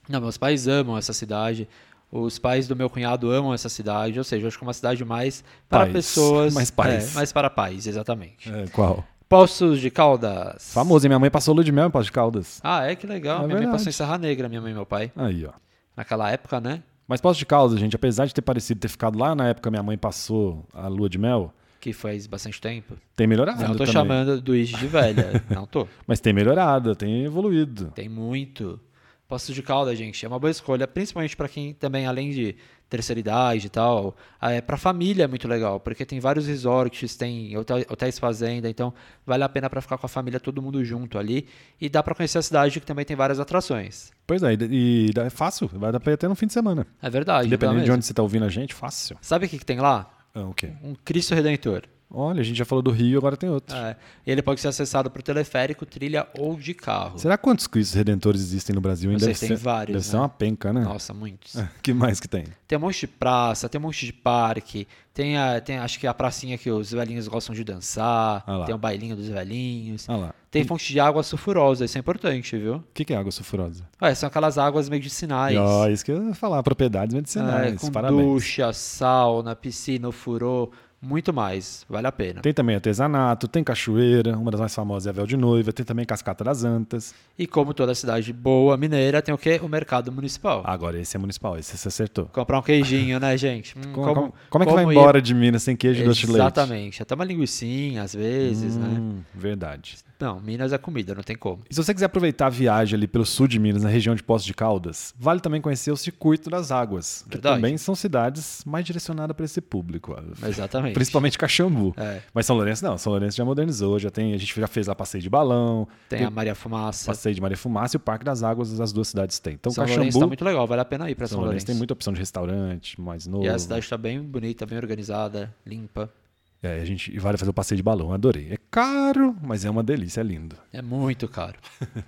[SPEAKER 2] Não, meus pais amam essa cidade. Os pais do meu cunhado amam essa cidade. Ou seja, eu acho que é uma cidade mais para
[SPEAKER 1] Pais.
[SPEAKER 2] pessoas.
[SPEAKER 1] Mais pais.
[SPEAKER 2] É, mais para pais, exatamente.
[SPEAKER 1] É, qual?
[SPEAKER 2] Poços de Caldas.
[SPEAKER 1] Famoso, hein? Minha mãe passou lua de mel em Poço de Caldas.
[SPEAKER 2] Ah, é que legal.
[SPEAKER 1] É
[SPEAKER 2] minha mãe
[SPEAKER 1] verdade.
[SPEAKER 2] passou em Serra Negra, minha mãe e meu pai.
[SPEAKER 1] Aí, ó.
[SPEAKER 2] Naquela época, né?
[SPEAKER 1] Mas Poço de Caldas, gente, apesar de ter parecido ter ficado lá na época que minha mãe passou a lua de mel,
[SPEAKER 2] Que faz bastante tempo.
[SPEAKER 1] tem melhorado
[SPEAKER 2] Não tô
[SPEAKER 1] Ah, também.
[SPEAKER 2] chamando do Ige de velha. Não tô.
[SPEAKER 1] Mas tem melhorado, tem evoluído.
[SPEAKER 2] Tem muito. Poços de Caldas, gente, é uma boa escolha, principalmente para quem também, além de terceira idade e tal, ah, é para família é muito legal, porque tem vários resorts, tem hotel- hotéis fazenda, então vale a pena para ficar com a família todo mundo junto ali e dá para conhecer a cidade que também tem várias atrações.
[SPEAKER 1] Pois é, e e é fácil, vai dar pra ir até no fim de semana.
[SPEAKER 2] É verdade. dá
[SPEAKER 1] Independente de
[SPEAKER 2] mesmo.
[SPEAKER 1] onde você tá ouvindo a gente, fácil.
[SPEAKER 2] Sabe o que, que tem lá?
[SPEAKER 1] Ah, ok.
[SPEAKER 2] Um Cristo Redentor.
[SPEAKER 1] Olha, a gente já falou do Rio, agora tem outro.
[SPEAKER 2] É, ele pode ser acessado por teleférico, trilha ou de carro.
[SPEAKER 1] Será quantos Cristos redentores existem no Brasil? hein?
[SPEAKER 2] Não sei
[SPEAKER 1] Deve
[SPEAKER 2] se tem
[SPEAKER 1] ser-
[SPEAKER 2] vários,
[SPEAKER 1] Deve
[SPEAKER 2] né?
[SPEAKER 1] ser uma penca, né?
[SPEAKER 2] Nossa, muitos.
[SPEAKER 1] que mais que tem?
[SPEAKER 2] Tem um monte de praça, tem um monte de parque, tem, a, tem acho que a pracinha que os velhinhos gostam de dançar,
[SPEAKER 1] Ah lá.
[SPEAKER 2] tem o bailinho dos velhinhos.
[SPEAKER 1] Ah lá.
[SPEAKER 2] Tem fonte de água sulfurosa, isso é importante, viu?
[SPEAKER 1] O que, que é água sulfurosa?
[SPEAKER 2] Ué, são aquelas águas medicinais.
[SPEAKER 1] Ó, isso que eu ia falar, propriedades medicinais.
[SPEAKER 2] Ah, É, com
[SPEAKER 1] Parabéns.
[SPEAKER 2] ducha, sauna, piscina, o furô, muito mais. Vale a pena.
[SPEAKER 1] Tem também artesanato, tem cachoeira, uma das mais famosas é a Véu de Noiva, tem também Cascata das Antas.
[SPEAKER 2] E como toda cidade boa mineira, tem o quê? O mercado municipal.
[SPEAKER 1] Agora, esse é municipal, esse você acertou.
[SPEAKER 2] Comprar um queijinho, né, gente? Hum,
[SPEAKER 1] Como, como- como é que vai
[SPEAKER 2] como ir-
[SPEAKER 1] embora de Minas sem queijo e doce de leite?
[SPEAKER 2] Exatamente. Até uma linguiçinha, às vezes, né?
[SPEAKER 1] Hum, Verdade.
[SPEAKER 2] Não, Minas é comida, não tem como.
[SPEAKER 1] E se você quiser aproveitar a viagem ali pelo sul de Minas, na região de Poços de Caldas, vale também conhecer o Circuito das Águas, que
[SPEAKER 2] Verdade. é
[SPEAKER 1] também são cidades mais direcionadas para esse público.
[SPEAKER 2] Exatamente.
[SPEAKER 1] Principalmente Caxambu.
[SPEAKER 2] É.
[SPEAKER 1] Mas São Lourenço não, São Lourenço já modernizou, já tem, a gente já fez lá passeio de balão,
[SPEAKER 2] Tem a Maria Fumaça.
[SPEAKER 1] passeio de Maria Fumaça e o Parque das Águas, as duas cidades têm. Então
[SPEAKER 2] São
[SPEAKER 1] Caxambu,
[SPEAKER 2] Lourenço tá muito legal, vale a pena ir pra São,
[SPEAKER 1] São Lourenço
[SPEAKER 2] Lourenço.
[SPEAKER 1] tem muita opção de restaurante, mais novo.
[SPEAKER 2] E a cidade tá bem bonita, bem organizada, limpa.
[SPEAKER 1] É, a gente e vale fazer o passeio de balão, adorei. É caro, mas é uma delícia, é lindo.
[SPEAKER 2] É muito caro.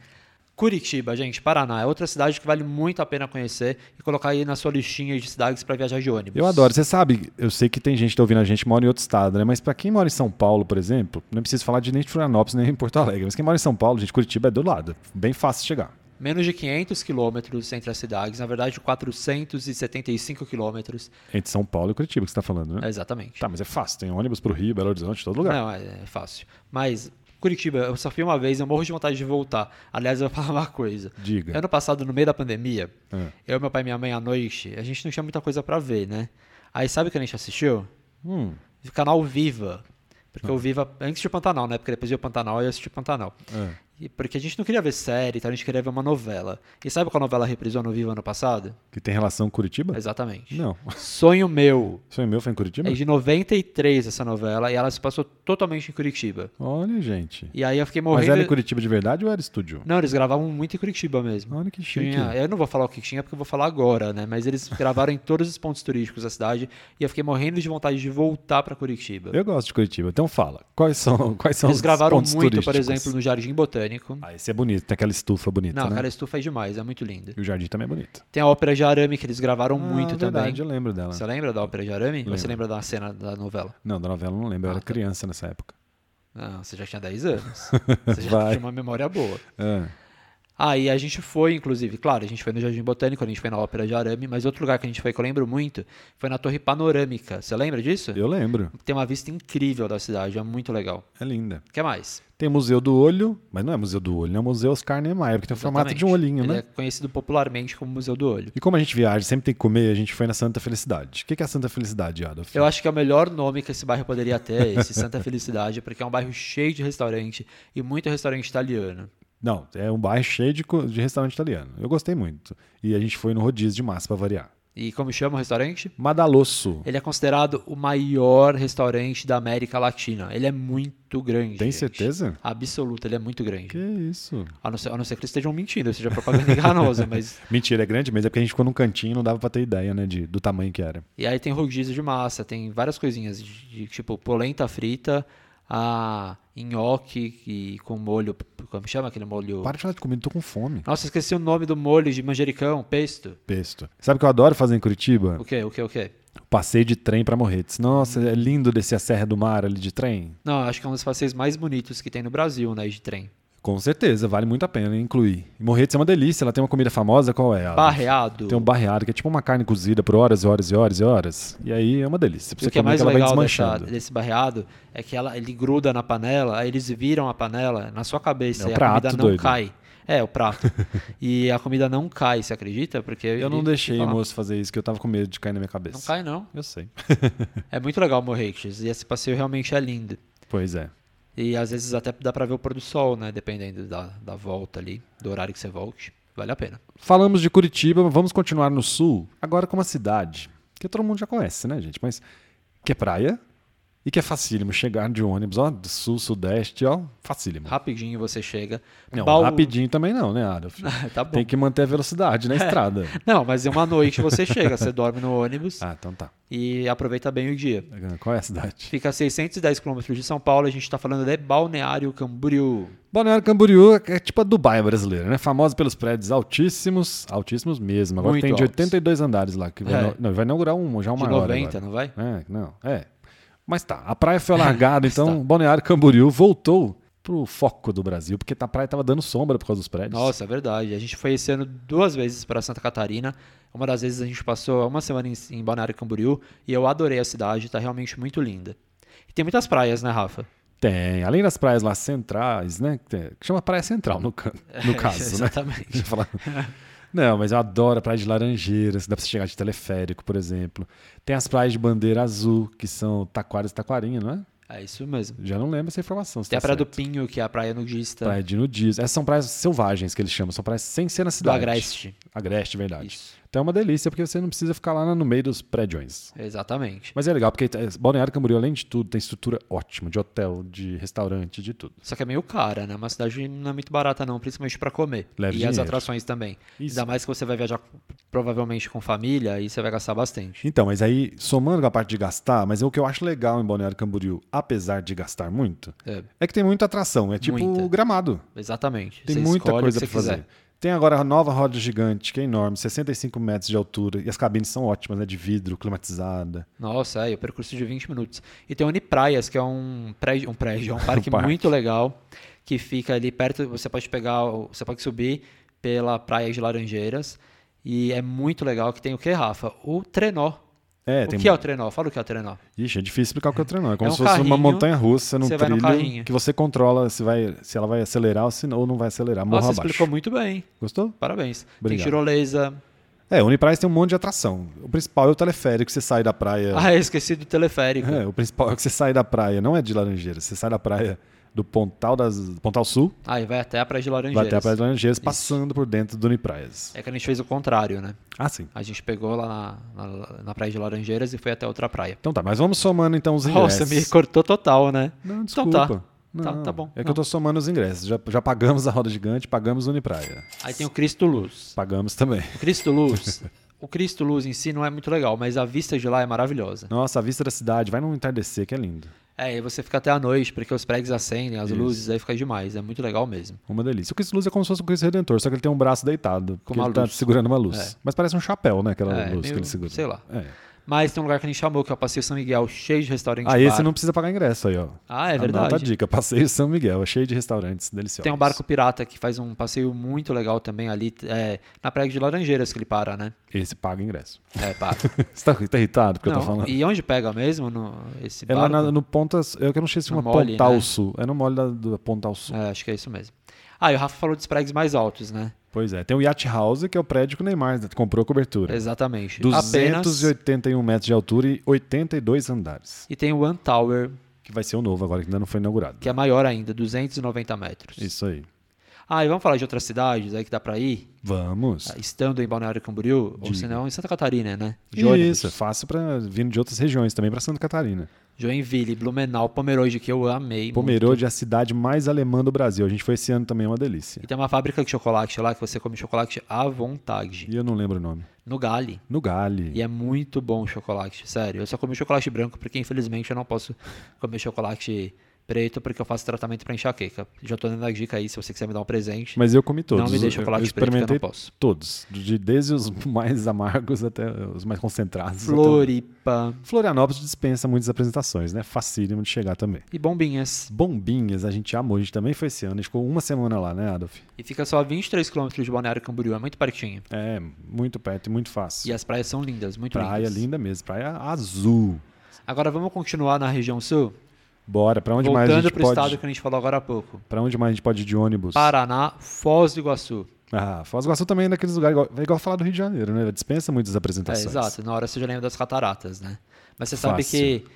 [SPEAKER 2] Curitiba, gente, Paraná, é outra cidade que vale muito a pena conhecer e colocar aí na sua listinha de cidades pra viajar de ônibus.
[SPEAKER 1] Eu adoro. Você sabe, eu sei que tem gente que tá ouvindo a gente que mora em outro estado, né? Mas pra quem mora em São Paulo, por exemplo, não preciso falar de nem de Florianópolis nem em Porto Alegre. Mas quem mora em São Paulo, gente, Curitiba é do lado. Bem fácil chegar.
[SPEAKER 2] Menos de 500 quilômetros entre as cidades, na verdade 475 quilômetros.
[SPEAKER 1] Entre São Paulo e Curitiba que você tá falando, né?
[SPEAKER 2] Exatamente.
[SPEAKER 1] Tá, mas é fácil. Tem ônibus pro Rio, Belo Horizonte, todo lugar.
[SPEAKER 2] Não, é, é fácil. Mas Curitiba, eu só fui uma vez, eu morro de vontade de voltar. Aliás, eu vou falar uma coisa.
[SPEAKER 1] Diga.
[SPEAKER 2] Ano passado, no meio da pandemia,
[SPEAKER 1] Ah.
[SPEAKER 2] eu, meu pai e minha mãe à noite, a gente não tinha muita coisa pra ver, né? Aí sabe o que a gente assistiu?
[SPEAKER 1] Hum,
[SPEAKER 2] O
[SPEAKER 1] Ah.
[SPEAKER 2] canal Viva. Porque o Viva, antes de Pantanal, né? Porque depois veio o Pantanal e eu assisti o Pantanal.
[SPEAKER 1] é.
[SPEAKER 2] E porque a gente não queria ver série, tá? a gente queria ver uma novela. E sabe qual novela reprisou no Vivo ano passado?
[SPEAKER 1] Que tem relação com Curitiba?
[SPEAKER 2] Exatamente.
[SPEAKER 1] Não.
[SPEAKER 2] Sonho Meu.
[SPEAKER 1] Sonho meu foi em Curitiba?
[SPEAKER 2] É de 93 essa novela e ela se passou totalmente em Curitiba.
[SPEAKER 1] Olha, gente.
[SPEAKER 2] E aí eu fiquei
[SPEAKER 1] Mas
[SPEAKER 2] morrendo.
[SPEAKER 1] era em Curitiba de verdade ou era estúdio?
[SPEAKER 2] Não, eles gravavam muito em Curitiba mesmo.
[SPEAKER 1] Olha que chique.
[SPEAKER 2] Tinha, é. eu não vou falar o que tinha porque eu vou falar agora, né? Mas eles gravaram em todos os pontos turísticos da cidade e eu fiquei morrendo de vontade de voltar pra Curitiba.
[SPEAKER 1] Eu gosto de Curitiba. Então fala, quais são, quais são
[SPEAKER 2] Eles
[SPEAKER 1] os
[SPEAKER 2] gravaram
[SPEAKER 1] pontos
[SPEAKER 2] muito, por
[SPEAKER 1] turísticos?
[SPEAKER 2] exemplo, no Jardim Botânico.
[SPEAKER 1] Ah, esse é bonito, tem aquela estufa bonita,
[SPEAKER 2] Não,
[SPEAKER 1] né?
[SPEAKER 2] cara, estufa é demais, é muito lindo.
[SPEAKER 1] E o jardim também é bonito.
[SPEAKER 2] Tem a Ópera de Arame, que eles gravaram
[SPEAKER 1] Ah,
[SPEAKER 2] muito
[SPEAKER 1] verdade, eu
[SPEAKER 2] também.
[SPEAKER 1] lembro dela.
[SPEAKER 2] Você lembra da Ópera de Arame? Ou você lembra da cena da novela?
[SPEAKER 1] Não, da novela eu não lembro, eu
[SPEAKER 2] Ah,
[SPEAKER 1] era
[SPEAKER 2] tá.
[SPEAKER 1] criança nessa época.
[SPEAKER 2] Não, você já tinha 10 anos. Você já
[SPEAKER 1] Vai.
[SPEAKER 2] tinha uma memória boa.
[SPEAKER 1] Ah,
[SPEAKER 2] Aí a gente foi, inclusive, claro, a gente foi no Jardim Botânico, a gente foi na Ópera de Arame, mas outro lugar que a gente foi que eu lembro muito foi na Torre Panorâmica. Você lembra disso?
[SPEAKER 1] eu lembro,
[SPEAKER 2] Tem uma vista incrível da cidade, é muito legal.
[SPEAKER 1] é linda.
[SPEAKER 2] O que mais?
[SPEAKER 1] Tem Museu do Olho, mas não é Museu do Olho, é Museu Oscar Niemeyer, porque tem o formato de um
[SPEAKER 2] Exatamente.
[SPEAKER 1] olhinho,
[SPEAKER 2] Ele
[SPEAKER 1] né?
[SPEAKER 2] É conhecido popularmente como Museu do Olho.
[SPEAKER 1] E como a gente viaja, sempre tem que comer, a gente foi na Santa Felicidade. O que que é a Santa Felicidade, Adolf?
[SPEAKER 2] Eu acho que é o melhor nome que esse bairro poderia ter, esse Santa Felicidade, porque é um bairro cheio de restaurante e muito restaurante italiano.
[SPEAKER 1] Não, é um bairro cheio de, co- de restaurante italiano. Eu gostei muito. E a gente foi no rodízio de massa pra variar.
[SPEAKER 2] E como chama o restaurante?
[SPEAKER 1] Madalosso.
[SPEAKER 2] Ele é considerado o maior restaurante da América Latina. Ele é muito grande.
[SPEAKER 1] Tem
[SPEAKER 2] gente.
[SPEAKER 1] certeza?
[SPEAKER 2] Absoluta, ele é muito grande.
[SPEAKER 1] Que isso?
[SPEAKER 2] A não, ser, a não ser que eles estejam mentindo, seja propaganda enganosa, mas.
[SPEAKER 1] Mentira, é grande mesmo, é porque a gente ficou num cantinho e não dava pra ter ideia, né, de, do tamanho que era.
[SPEAKER 2] E aí tem rodízio de massa, tem várias coisinhas, de, de, tipo polenta frita, a nhoque e com molho. Como chama aquele molho?
[SPEAKER 1] Para de falar de comida, tô com fome.
[SPEAKER 2] Nossa, esqueci o nome do molho de manjericão, pesto.
[SPEAKER 1] Pesto. Sabe o que eu adoro fazer em Curitiba?
[SPEAKER 2] O que, o que, o que?
[SPEAKER 1] Passeio de trem pra Morretes. Nossa, é lindo descer a Serra do Mar ali de trem.
[SPEAKER 2] Não, acho que é um dos passeios mais bonitos que tem no Brasil, né? De trem.
[SPEAKER 1] Com certeza, vale muito a pena incluir. E Morretes é uma delícia, ela tem uma comida famosa, qual é? Ela?
[SPEAKER 2] Barreado.
[SPEAKER 1] Tem um barreado, que é tipo uma carne cozida por horas e horas e horas e horas. E aí é uma delícia. Pra
[SPEAKER 2] E
[SPEAKER 1] você
[SPEAKER 2] o que é
[SPEAKER 1] comer
[SPEAKER 2] mais
[SPEAKER 1] que ela vai
[SPEAKER 2] legal dessa,
[SPEAKER 1] desmanchando.
[SPEAKER 2] desse barreado é que ela, ele gruda na panela, aí eles viram a panela na sua cabeça
[SPEAKER 1] É o
[SPEAKER 2] e a
[SPEAKER 1] prato,
[SPEAKER 2] comida não
[SPEAKER 1] doido.
[SPEAKER 2] cai. É, o prato. e a comida não cai, você acredita? Porque
[SPEAKER 1] Eu não deixei o
[SPEAKER 2] não,
[SPEAKER 1] moço fazer isso, que eu tava com medo de cair na minha cabeça.
[SPEAKER 2] não cai, não.
[SPEAKER 1] Eu sei.
[SPEAKER 2] É muito legal Morretes. E esse passeio realmente é lindo.
[SPEAKER 1] Pois é.
[SPEAKER 2] E às vezes até dá pra ver o pôr do sol, né? Dependendo da, da volta ali, do horário que você volte. Vale a pena.
[SPEAKER 1] Falamos de Curitiba, vamos continuar no sul, agora com uma cidade que todo mundo já conhece, né, gente? Mas que é praia e que é facílimo chegar de ônibus, ó, do sul, sudeste, ó, facílimo.
[SPEAKER 2] Rapidinho você chega.
[SPEAKER 1] Não,
[SPEAKER 2] Baú-
[SPEAKER 1] rapidinho também não, né, Adolf?
[SPEAKER 2] tá bom.
[SPEAKER 1] Tem que manter a velocidade
[SPEAKER 2] É.
[SPEAKER 1] na estrada.
[SPEAKER 2] Não, mas em uma noite você chega, você dorme no ônibus
[SPEAKER 1] Ah, então tá.
[SPEAKER 2] e aproveita bem o dia.
[SPEAKER 1] Qual é a cidade?
[SPEAKER 2] Fica a 610 quilômetros de São Paulo, a gente tá falando de Balneário Camboriú.
[SPEAKER 1] Balneário Camboriú é tipo a Dubai brasileira, né? Famosa pelos prédios altíssimos, altíssimos mesmo. Agora
[SPEAKER 2] Muito
[SPEAKER 1] tem de
[SPEAKER 2] altos.
[SPEAKER 1] 82 andares lá, que vai,
[SPEAKER 2] É.
[SPEAKER 1] inau- não, vai inaugurar um, já um
[SPEAKER 2] De
[SPEAKER 1] maior
[SPEAKER 2] 90,
[SPEAKER 1] agora.
[SPEAKER 2] não vai?
[SPEAKER 1] É, não, é. Mas tá, a praia foi alargada, então
[SPEAKER 2] tá.
[SPEAKER 1] Balneário Camboriú voltou pro foco do Brasil, porque tá, a praia tava dando sombra por causa dos prédios.
[SPEAKER 2] Nossa, é verdade. A gente foi esse ano duas vezes pra Santa Catarina. Uma das vezes a gente passou uma semana em, em Balneário Camboriú e eu adorei a cidade, tá realmente muito linda. E tem muitas praias, né, Rafa?
[SPEAKER 1] Tem, além das praias lá centrais, né, que tem- que chama Praia Central no, can- no caso, né?
[SPEAKER 2] Exatamente.
[SPEAKER 1] Deixa eu falar. Não, mas eu adoro a praia de Laranjeiras, dá pra você chegar de teleférico, por exemplo. Tem as praias de bandeira azul, que são Taquaras e Taquarinha, não é?
[SPEAKER 2] É isso mesmo.
[SPEAKER 1] Já não lembro essa informação. se
[SPEAKER 2] Tem
[SPEAKER 1] tá
[SPEAKER 2] a Praia do
[SPEAKER 1] certo.
[SPEAKER 2] Pinho, que é a praia nudista
[SPEAKER 1] Praia de Nudis. Essas são praias selvagens que eles chamam, são praias sem ser na
[SPEAKER 2] do
[SPEAKER 1] cidade.
[SPEAKER 2] Agreste.
[SPEAKER 1] Agreste, verdade.
[SPEAKER 2] Isso,
[SPEAKER 1] Então é uma delícia, porque você não precisa ficar lá no meio dos prédios.
[SPEAKER 2] exatamente.
[SPEAKER 1] Mas é legal, porque eh, Balneário Camboriú, além de tudo, tem estrutura ótima, de hotel, de restaurante, de tudo.
[SPEAKER 2] Só que é meio cara, né? Uma cidade não é muito barata, não, principalmente pra comer.
[SPEAKER 1] Leve
[SPEAKER 2] e as
[SPEAKER 1] dinheiro.
[SPEAKER 2] atrações também.
[SPEAKER 1] Isso.
[SPEAKER 2] Ainda mais que você vai viajar com- provavelmente com família e você vai gastar bastante.
[SPEAKER 1] Então, mas aí, somando com a parte de gastar, mas é o que eu acho legal em Balneário Camboriú, apesar de gastar muito,
[SPEAKER 2] É,
[SPEAKER 1] é que tem muita atração. É tipo
[SPEAKER 2] Muita.
[SPEAKER 1] gramado.
[SPEAKER 2] exatamente.
[SPEAKER 1] Tem
[SPEAKER 2] Você
[SPEAKER 1] muita
[SPEAKER 2] escolhe o
[SPEAKER 1] coisa
[SPEAKER 2] que
[SPEAKER 1] pra
[SPEAKER 2] você
[SPEAKER 1] fazer.
[SPEAKER 2] quiser.
[SPEAKER 1] Tem agora a nova roda gigante, que é enorme, 65 metros de altura, e as cabines são ótimas, né? De vidro, climatizada.
[SPEAKER 2] Nossa, é, o percurso de 20 minutos. E tem o Unipraias, que é um prédio, um prédio, é um parque
[SPEAKER 1] parque.
[SPEAKER 2] muito legal, que fica ali perto, você pode pegar, o- você pode subir pela Praia de Laranjeiras, e é muito legal que tem o que, Rafa? O trenó.
[SPEAKER 1] É,
[SPEAKER 2] o
[SPEAKER 1] tem
[SPEAKER 2] que é o trenó? Fala o que é o trenó.
[SPEAKER 1] Ixi, é difícil explicar o que é o trenó. É como
[SPEAKER 2] É um
[SPEAKER 1] se fosse uma
[SPEAKER 2] carrinho,
[SPEAKER 1] montanha russa num
[SPEAKER 2] você vai num
[SPEAKER 1] trilho
[SPEAKER 2] carrinho.
[SPEAKER 1] que você controla se, vai, se ela vai acelerar ou, se, não- ou não vai acelerar. Morro
[SPEAKER 2] Nossa,
[SPEAKER 1] abaixo.
[SPEAKER 2] explicou muito bem.
[SPEAKER 1] Gostou?
[SPEAKER 2] Parabéns.
[SPEAKER 1] Obrigado.
[SPEAKER 2] Tem tirolesa.
[SPEAKER 1] É, o Uniprás tem um monte de atração. O principal é o teleférico, você sai da praia.
[SPEAKER 2] Ah, eu esqueci do teleférico.
[SPEAKER 1] É, o principal é que é você sai da praia, não é de Laranjeiras. Você sai da praia do Pontal, das, Pontal Sul,
[SPEAKER 2] Aí vai até a Praia de
[SPEAKER 1] vai
[SPEAKER 2] Laranjeiras.
[SPEAKER 1] até a Praia de Laranjeiras, passando por dentro do Unipraias.
[SPEAKER 2] É que a gente fez o contrário, né?
[SPEAKER 1] Ah, sim.
[SPEAKER 2] A gente pegou lá na, na, na Praia de Laranjeiras e foi até outra praia.
[SPEAKER 1] Então tá, mas vamos somando então os ingressos.
[SPEAKER 2] Nossa, me cortou total, né?
[SPEAKER 1] Não,
[SPEAKER 2] Então
[SPEAKER 1] desculpa.
[SPEAKER 2] tá.
[SPEAKER 1] Não,
[SPEAKER 2] Tá, tá bom.
[SPEAKER 1] É que
[SPEAKER 2] Não.
[SPEAKER 1] eu tô somando os ingressos. Já, já pagamos a Roda Gigante, pagamos o Unipraia.
[SPEAKER 2] Aí tem o Cristo Luz.
[SPEAKER 1] Pagamos também.
[SPEAKER 2] O Cristo Luz, o Cristo Luz em si não é muito legal, mas a vista de lá é maravilhosa.
[SPEAKER 1] Nossa, a vista da cidade. Vai no entardecer, que é lindo.
[SPEAKER 2] É, e você fica até a noite, porque os pregos acendem, as luzes, aí fica demais. É muito legal mesmo.
[SPEAKER 1] Uma delícia. O Cristo Luz é como se fosse o Cristo Redentor, só que ele tem um braço deitado. Porque
[SPEAKER 2] uma
[SPEAKER 1] ele tá
[SPEAKER 2] luz.
[SPEAKER 1] segurando uma luz. Mas parece um chapéu, né? Aquela
[SPEAKER 2] É,
[SPEAKER 1] luz
[SPEAKER 2] meio-
[SPEAKER 1] que ele segura.
[SPEAKER 2] sei lá.
[SPEAKER 1] É.
[SPEAKER 2] Mas tem um lugar que a gente chamou, que é o Passeio São Miguel, cheio de restaurantes.
[SPEAKER 1] Aí
[SPEAKER 2] bar.
[SPEAKER 1] você Ah, não precisa pagar ingresso aí, ó.
[SPEAKER 2] Ah,
[SPEAKER 1] Anota a
[SPEAKER 2] é verdade.
[SPEAKER 1] dica. então. Passeio São Miguel. É cheio de restaurantes deliciosos.
[SPEAKER 2] Tem um barco pirata que faz um passeio muito legal também ali, é, na Praia de Laranjeiras que ele para, né?
[SPEAKER 1] Esse paga ingresso.
[SPEAKER 2] É, para.
[SPEAKER 1] Você tá, tá irritado porque eu tô
[SPEAKER 2] Não,
[SPEAKER 1] falando?
[SPEAKER 2] E onde pega mesmo no, esse
[SPEAKER 1] É
[SPEAKER 2] barco?
[SPEAKER 1] lá na- no Pontas. Eu que não sei se
[SPEAKER 2] No
[SPEAKER 1] chama
[SPEAKER 2] Mole,
[SPEAKER 1] Pontal
[SPEAKER 2] né?
[SPEAKER 1] Sul. É no mole da, do Pontal Sul.
[SPEAKER 2] É, acho que é isso mesmo. Ah, e o Rafa falou dos pregos mais altos, né?
[SPEAKER 1] Pois é. Tem o Yacht House, que é o prédio que o Neymar comprou a cobertura.
[SPEAKER 2] Exatamente. É, Apenas...
[SPEAKER 1] 281 metros de altura e 82 andares.
[SPEAKER 2] E tem o One Tower,
[SPEAKER 1] Que vai ser o novo agora, que ainda não foi inaugurado.
[SPEAKER 2] que é maior ainda, 290 metros.
[SPEAKER 1] Isso aí.
[SPEAKER 2] Ah, e vamos falar de outras cidades aí que dá pra ir?
[SPEAKER 1] Vamos.
[SPEAKER 2] Estando em Balneário Camboriú, ou se não, em Santa Catarina, né? De ônibus.
[SPEAKER 1] Isso, é fácil para vindo de outras regiões também, para Santa Catarina.
[SPEAKER 2] Joinville, Blumenau, Pomerode, que eu amei.
[SPEAKER 1] Pomerode é a cidade mais alemã do Brasil. A gente foi esse ano também, é uma delícia.
[SPEAKER 2] E tem uma fábrica de chocolate lá que você come chocolate à vontade.
[SPEAKER 1] E eu não lembro o nome.
[SPEAKER 2] No Gale.
[SPEAKER 1] No Gale.
[SPEAKER 2] E é muito bom o chocolate, sério. Eu só comi chocolate branco porque, infelizmente, eu não posso comer chocolate preto porque eu faço tratamento pra enxaqueca. Já tô dando a dica aí, se você quiser me dar um presente.
[SPEAKER 1] Mas eu comi todos.
[SPEAKER 2] Não me dê
[SPEAKER 1] Eu-
[SPEAKER 2] chocolate
[SPEAKER 1] eu
[SPEAKER 2] preto, que eu
[SPEAKER 1] experimentei
[SPEAKER 2] não posso.
[SPEAKER 1] todos, de desde os mais amargos até os mais concentrados. até-
[SPEAKER 2] Floripa
[SPEAKER 1] Florianópolis dispensa muitas apresentações, né? Facílimo de chegar também.
[SPEAKER 2] e Bombinhas.
[SPEAKER 1] Bombinhas, a gente amou, a gente também foi esse ano, a gente ficou uma semana lá, né, Adolf?
[SPEAKER 2] E fica só a 23 km de Balneário Camboriú, é muito pertinho.
[SPEAKER 1] É, muito perto e muito fácil.
[SPEAKER 2] E as praias são lindas, muito
[SPEAKER 1] praia
[SPEAKER 2] lindas.
[SPEAKER 1] linda mesmo, praia azul.
[SPEAKER 2] Agora vamos continuar na região sul,
[SPEAKER 1] Bora, pra onde mais a
[SPEAKER 2] voltando
[SPEAKER 1] gente
[SPEAKER 2] pro
[SPEAKER 1] pode?
[SPEAKER 2] estado que a gente falou agora há pouco.
[SPEAKER 1] Pra onde mais a gente pode ir de ônibus?
[SPEAKER 2] Paraná, Foz do Iguaçu.
[SPEAKER 1] Ah, Foz do Iguaçu também é daqueles lugares, igual, é igual falar do Rio de Janeiro, né? Dispensa muitas
[SPEAKER 2] É,
[SPEAKER 1] apresentações.
[SPEAKER 2] exato, na hora você já lembra das cataratas, né? Mas você sabe
[SPEAKER 1] Fácil.
[SPEAKER 2] que,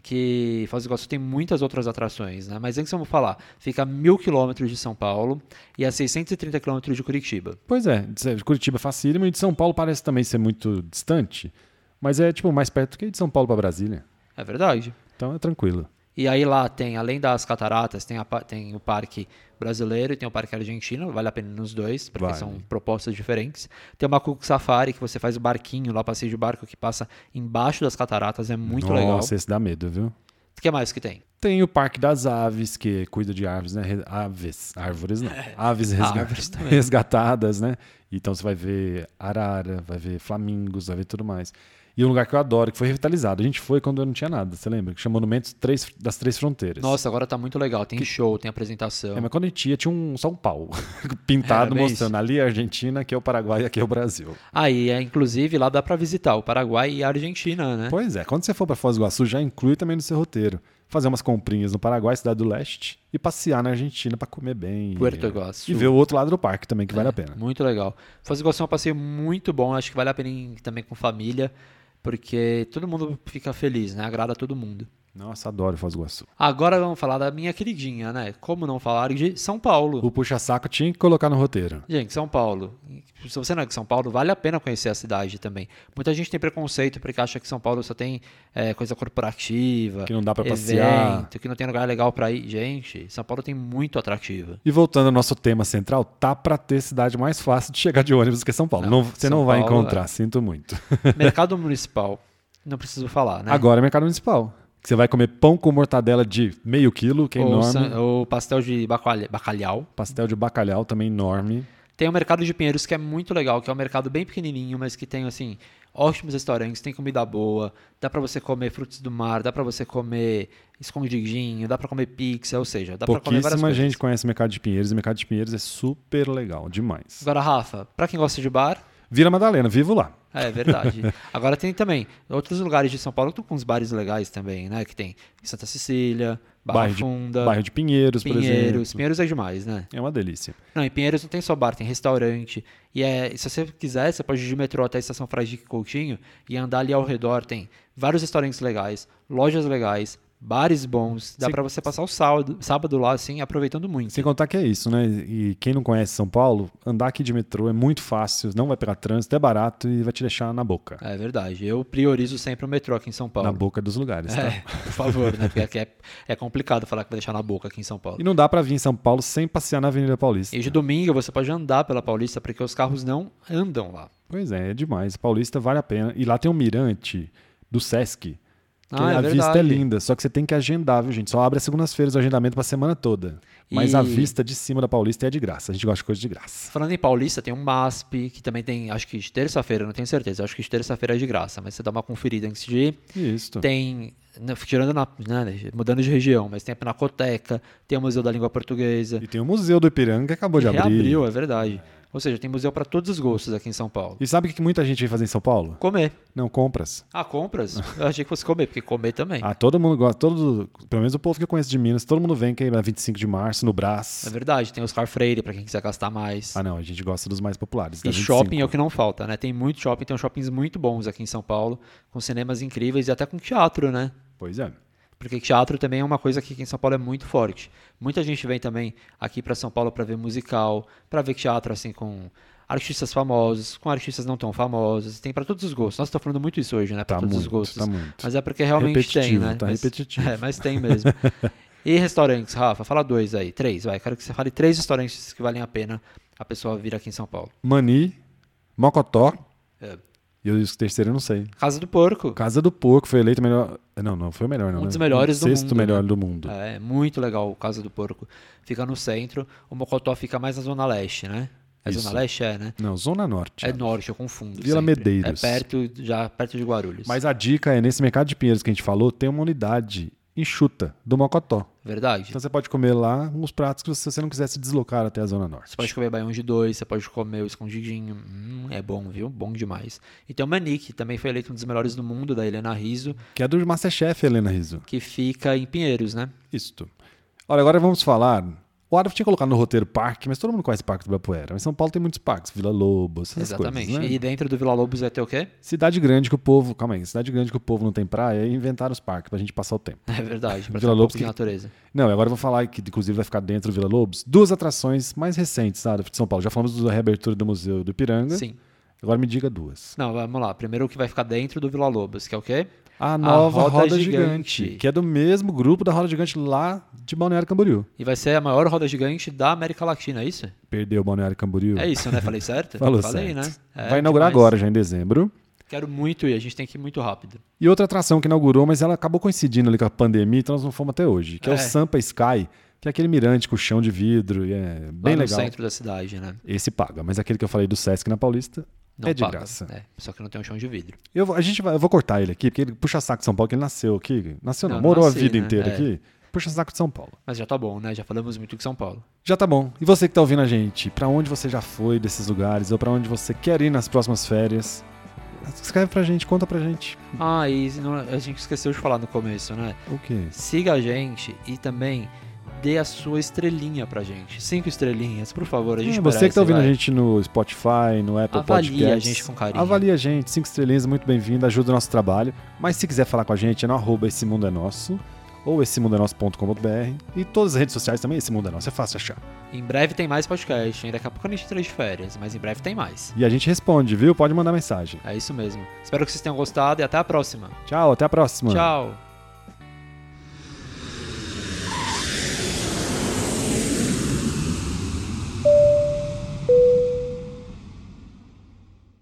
[SPEAKER 2] que Foz do Iguaçu tem muitas outras atrações, né? Mas antes vamos falar, fica a mil quilômetros de São Paulo e a 630 quilômetros de Curitiba.
[SPEAKER 1] Pois é, de Curitiba é facílimo e de São Paulo parece também ser muito distante, mas é tipo mais perto que de São Paulo pra Brasília.
[SPEAKER 2] É verdade.
[SPEAKER 1] Então é tranquilo.
[SPEAKER 2] E aí lá tem, além das cataratas, tem, a pa- tem o parque brasileiro e tem o parque argentino, vale a pena ir nos dois, porque
[SPEAKER 1] Vale.
[SPEAKER 2] são propostas diferentes. Tem uma Cook Safari, que você faz o barquinho lá, passeio de barco que passa embaixo das cataratas, é muito
[SPEAKER 1] Nossa,
[SPEAKER 2] legal.
[SPEAKER 1] esse dá medo, viu?
[SPEAKER 2] O que mais que tem?
[SPEAKER 1] Tem o Parque das Aves, que cuida de árvores, né? Re- Aves, árvores não. Aves resga-
[SPEAKER 2] É. Árvores também.
[SPEAKER 1] resgatadas, né? Então você vai ver arara, vai ver flamingos, vai ver tudo mais. E um lugar que eu adoro, que foi revitalizado. A gente foi quando não tinha nada, você lembra? Que chama Monumentos Três- das Três Fronteiras.
[SPEAKER 2] Nossa, agora tá muito legal, tem show, tem apresentação.
[SPEAKER 1] É, mas quando a gente ia, tinha um São Paulo pintado,
[SPEAKER 2] Era bem
[SPEAKER 1] mostrando ali é a Argentina, aqui é o Paraguai e aqui é o Brasil.
[SPEAKER 2] Ah, e é, inclusive lá dá pra visitar o Paraguai e a Argentina, né?
[SPEAKER 1] Pois é, quando você for para Foz do Iguaçu, já inclui também no seu roteiro. Fazer umas comprinhas no Paraguai, Cidade do Leste, e passear na Argentina para comer bem.
[SPEAKER 2] Puerto Iguaçu.
[SPEAKER 1] E
[SPEAKER 2] É.
[SPEAKER 1] ver o outro lado do parque também, que vale a pena.
[SPEAKER 2] Muito legal. Foz do Iguaçu é um passeio muito bom, acho que vale a pena ir também com família, porque todo mundo fica feliz, né? Agrada todo mundo.
[SPEAKER 1] Nossa, adoro Foz do Iguaçu.
[SPEAKER 2] Agora vamos falar da minha queridinha, né? Como não falar de São Paulo.
[SPEAKER 1] O puxa-saco tinha que colocar no roteiro.
[SPEAKER 2] Gente, São Paulo. Se você não é de São Paulo, vale a pena conhecer a cidade também. Muita gente tem preconceito porque acha que São Paulo só tem eh, coisa corporativa,
[SPEAKER 1] Que não dá pra
[SPEAKER 2] evento,
[SPEAKER 1] passear.
[SPEAKER 2] que não tem lugar legal pra ir. Gente, São Paulo tem muito atrativo.
[SPEAKER 1] E voltando ao nosso tema central, tá pra ter cidade mais fácil de chegar de ônibus que São Paulo. Não, você
[SPEAKER 2] São
[SPEAKER 1] não vai
[SPEAKER 2] Paulo, é.
[SPEAKER 1] encontrar, sinto muito.
[SPEAKER 2] Mercado Municipal, não preciso falar, né?
[SPEAKER 1] Agora é mercado municipal. Que você vai comer pão com mortadela de meio quilo, que é
[SPEAKER 2] ou,
[SPEAKER 1] enorme.
[SPEAKER 2] san- ou pastel de bacalha- bacalhau.
[SPEAKER 1] Pastel de bacalhau também enorme.
[SPEAKER 2] Tem o mercado de Pinheiros que é muito legal, que é um mercado bem pequenininho, mas que tem assim ótimos restaurantes, tem comida boa, dá pra você comer frutos do mar, dá pra você comer escondidinho, dá pra comer pizza, ou seja, dá pra comer várias
[SPEAKER 1] Pouquíssima
[SPEAKER 2] coisas.
[SPEAKER 1] gente conhece o mercado de Pinheiros e o mercado de Pinheiros é super legal, demais.
[SPEAKER 2] Agora, Rafa, pra quem gosta de bar,
[SPEAKER 1] Vila Madalena, vivo lá.
[SPEAKER 2] é verdade. Agora tem também outros lugares de São Paulo que estão com uns bares legais também, né? Que tem Santa Cecília, Barra
[SPEAKER 1] Bairro de-
[SPEAKER 2] Funda,
[SPEAKER 1] Bairro de Pinheiros, por exemplo.
[SPEAKER 2] Pinheiros. Pinheiros é demais, né?
[SPEAKER 1] É uma delícia.
[SPEAKER 2] Não, em Pinheiros não tem só bar, tem restaurante. E é, e se você quiser, você pode ir de metrô até a estação Fradique Coutinho e andar ali ao redor. Tem vários restaurantes legais, lojas legais, bares bons. Dá para você passar o sábado, sábado lá, assim, aproveitando muito.
[SPEAKER 1] Sem contar que é isso, né? E quem não conhece São Paulo, andar aqui de metrô é muito fácil, não vai pegar trânsito, é barato e vai te deixar na boca.
[SPEAKER 2] É verdade. Eu priorizo sempre o metrô aqui em São Paulo.
[SPEAKER 1] Na boca dos lugares, tá?
[SPEAKER 2] É, por favor, né? Porque aqui é, é complicado falar que vai deixar na boca aqui em São Paulo.
[SPEAKER 1] E não dá pra vir em São Paulo sem passear na Avenida Paulista.
[SPEAKER 2] E de domingo você pode andar pela Paulista porque os carros não andam lá.
[SPEAKER 1] Pois é, é demais. Paulista vale a pena. E lá tem um mirante do Sesc. Que
[SPEAKER 2] Ah, é
[SPEAKER 1] a vista é
[SPEAKER 2] verdade.
[SPEAKER 1] linda, só que você tem que agendar, viu, gente? Só abre as segundas-feiras o agendamento pra semana toda. Mas
[SPEAKER 2] E-
[SPEAKER 1] a vista de cima da Paulista é de graça. A gente gosta de coisa de graça.
[SPEAKER 2] Falando em Paulista, tem um MASP, que também tem, acho que de terça-feira, não tenho certeza, acho que de terça-feira é de graça, mas você dá uma conferida antes de ir.
[SPEAKER 1] Isso.
[SPEAKER 2] Tem, na- tirando na, né, mudando de região, mas tem a Pinacoteca, tem o Museu da Língua Portuguesa,
[SPEAKER 1] E tem o Museu do Ipiranga que acabou de abrir.
[SPEAKER 2] reabriu, é verdade. Ou seja, tem museu para todos os gostos aqui em São Paulo.
[SPEAKER 1] E sabe o que muita gente vem fazer em São Paulo?
[SPEAKER 2] Comer.
[SPEAKER 1] Não, compras.
[SPEAKER 2] Ah, compras? Eu achei que fosse comer, porque comer também.
[SPEAKER 1] Ah, todo mundo gosta, todo, pelo menos o povo que eu conheço de Minas, todo mundo vem que é na 25 de março, no
[SPEAKER 2] É
[SPEAKER 1] Brás.
[SPEAKER 2] verdade, tem Oscar Freire para quem quiser gastar mais.
[SPEAKER 1] Ah, tá, não, a gente gosta dos mais populares. da
[SPEAKER 2] E
[SPEAKER 1] 25.
[SPEAKER 2] shopping é o que não falta, né? Tem muito shopping, tem uns shoppings muito bons aqui em São Paulo, com cinemas incríveis e até com teatro, né?
[SPEAKER 1] Pois é.
[SPEAKER 2] Porque teatro também é uma coisa que aqui em São Paulo é muito forte. Muita gente vem também aqui para São Paulo para ver musical, para ver teatro assim com artistas famosos, com artistas não tão famosos, tem para todos os gostos. Nossa, tô falando muito isso hoje, né? Para
[SPEAKER 1] Tá
[SPEAKER 2] todos os
[SPEAKER 1] muito,
[SPEAKER 2] gostos.
[SPEAKER 1] tá muito.
[SPEAKER 2] Mas é porque realmente
[SPEAKER 1] Repetitivo,
[SPEAKER 2] tem, né?
[SPEAKER 1] tá
[SPEAKER 2] mas,
[SPEAKER 1] repetitivo.
[SPEAKER 2] É, mas tem mesmo. e restaurantes, Rafa, fala dois aí, três, vai. Quero que você fale três restaurantes que valem a pena a pessoa vir aqui em São Paulo.
[SPEAKER 1] Mani, Mocotó,
[SPEAKER 2] É.
[SPEAKER 1] e eu disse que terceiro eu não sei.
[SPEAKER 2] Casa do Porco.
[SPEAKER 1] Casa do Porco foi eleito o melhor. Não, não foi o melhor, não.
[SPEAKER 2] Um
[SPEAKER 1] né?
[SPEAKER 2] dos melhores
[SPEAKER 1] O
[SPEAKER 2] do
[SPEAKER 1] Sexto
[SPEAKER 2] mundo,
[SPEAKER 1] melhor do mundo.
[SPEAKER 2] É muito legal o Casa do Porco. Fica no centro. O Mocotó fica mais na Zona Leste, né? É
[SPEAKER 1] Isso.
[SPEAKER 2] Zona Leste? É, né?
[SPEAKER 1] Não, Zona Norte.
[SPEAKER 2] É norte, eu confundo.
[SPEAKER 1] Vila
[SPEAKER 2] sempre.
[SPEAKER 1] Medeiros.
[SPEAKER 2] É perto, já perto de Guarulhos.
[SPEAKER 1] Mas a dica é: nesse mercado de Pinheiros que a gente falou, tem uma unidade enxuta do Mocotó.
[SPEAKER 2] Verdade.
[SPEAKER 1] Então você pode comer lá uns pratos que se você não quiser se deslocar até a Zona Norte.
[SPEAKER 2] Você pode comer baião de dois, você pode comer o escondidinho. Hum, é bom, viu? Bom demais. E tem o Mani, que também foi eleito um dos melhores do mundo, da Helena Riso,
[SPEAKER 1] Que é do Masterchef, Helena Rizzo.
[SPEAKER 2] que fica em Pinheiros, né?
[SPEAKER 1] Isto. Olha, agora vamos falar. O Adolf tinha colocado no roteiro parque, mas todo mundo conhece o Parque do Ibirapuera. Mas São Paulo tem muitos parques, Vila Lobos, essas
[SPEAKER 2] Exatamente.
[SPEAKER 1] coisas, né?
[SPEAKER 2] E dentro do Vila Lobos vai ter o quê?
[SPEAKER 1] Cidade grande que o povo... Calma aí, cidade grande que o povo não tem praia, aí inventaram os parques pra gente passar o tempo.
[SPEAKER 2] É verdade. Pra
[SPEAKER 1] Vila
[SPEAKER 2] ter
[SPEAKER 1] Lobos
[SPEAKER 2] um pouco de
[SPEAKER 1] que-
[SPEAKER 2] natureza.
[SPEAKER 1] Não, e agora eu vou falar que inclusive vai ficar dentro do Vila Lobos. Duas atrações mais recentes, sabe, de São Paulo. Já falamos da reabertura do Museu do Ipiranga.
[SPEAKER 2] Sim.
[SPEAKER 1] Agora me diga duas.
[SPEAKER 2] Não, vamos lá. Primeiro o que vai ficar dentro do Vila Lobos, que é o quê?
[SPEAKER 1] A nova
[SPEAKER 2] Roda
[SPEAKER 1] Roda, Gigante,
[SPEAKER 2] Gigante.
[SPEAKER 1] que é do mesmo grupo da Roda Gigante lá de Balneário Camboriú.
[SPEAKER 2] E vai ser a maior roda gigante da América Latina, é isso?
[SPEAKER 1] Perdeu o Balneário Camboriú.
[SPEAKER 2] É isso, né? Falei certo?
[SPEAKER 1] Falou
[SPEAKER 2] Falei,
[SPEAKER 1] certo.
[SPEAKER 2] né? É,
[SPEAKER 1] vai inaugurar
[SPEAKER 2] demais.
[SPEAKER 1] agora, já em dezembro.
[SPEAKER 2] Quero muito ir, a gente tem que ir muito rápido.
[SPEAKER 1] E outra atração que inaugurou, mas ela acabou coincidindo ali com a pandemia, então nós não fomos até hoje, que é,
[SPEAKER 2] É.
[SPEAKER 1] o Sampa Sky, que é aquele mirante com chão de vidro, e é bem
[SPEAKER 2] Lá
[SPEAKER 1] legal.
[SPEAKER 2] no centro da cidade, né?
[SPEAKER 1] Esse paga, mas aquele que eu falei do Sesc na Paulista
[SPEAKER 2] Não
[SPEAKER 1] é de
[SPEAKER 2] paga,
[SPEAKER 1] graça.
[SPEAKER 2] né? só que não tem um chão de vidro.
[SPEAKER 1] Eu, vou- a gente vai- eu vou cortar ele aqui, porque ele puxa saco de São Paulo, que ele nasceu aqui. Nasceu não,
[SPEAKER 2] Não,
[SPEAKER 1] morou
[SPEAKER 2] nasci,
[SPEAKER 1] a vida
[SPEAKER 2] né?
[SPEAKER 1] inteira
[SPEAKER 2] É.
[SPEAKER 1] aqui. Puxa saco de São Paulo.
[SPEAKER 2] Mas já tá bom, né? Já falamos muito de São Paulo.
[SPEAKER 1] Já tá bom. E você que tá ouvindo a gente, pra onde você já foi desses lugares ou pra onde você quer ir nas próximas férias? Escreve pra gente, conta pra gente.
[SPEAKER 2] Ah, e se não- a gente esqueceu de falar no começo, né?
[SPEAKER 1] O quê?
[SPEAKER 2] Siga a gente e também dê a sua estrelinha pra gente. Cinco estrelinhas, por favor. A gente
[SPEAKER 1] É, você que tá
[SPEAKER 2] merece,
[SPEAKER 1] ouvindo a
[SPEAKER 2] vai.
[SPEAKER 1] gente no Spotify, no Apple
[SPEAKER 2] Avalie
[SPEAKER 1] Podcasts.
[SPEAKER 2] a gente com carinho.
[SPEAKER 1] Avalie a gente, cinco estrelinhas, muito bem-vindo, ajuda o nosso trabalho. Mas se quiser falar com a gente, é no arroba esse mundo é nosso ou esse mundo é nosso.com.br e todas as redes sociais também, esse mundo é nosso, é fácil achar.
[SPEAKER 2] Em breve tem mais podcast, hein? Daqui a pouco a gente entra de férias, mas em breve tem mais.
[SPEAKER 1] E a gente responde, viu? Pode mandar mensagem.
[SPEAKER 2] É isso mesmo. Espero que vocês tenham gostado e até a próxima.
[SPEAKER 1] Tchau, até a próxima.
[SPEAKER 2] Tchau.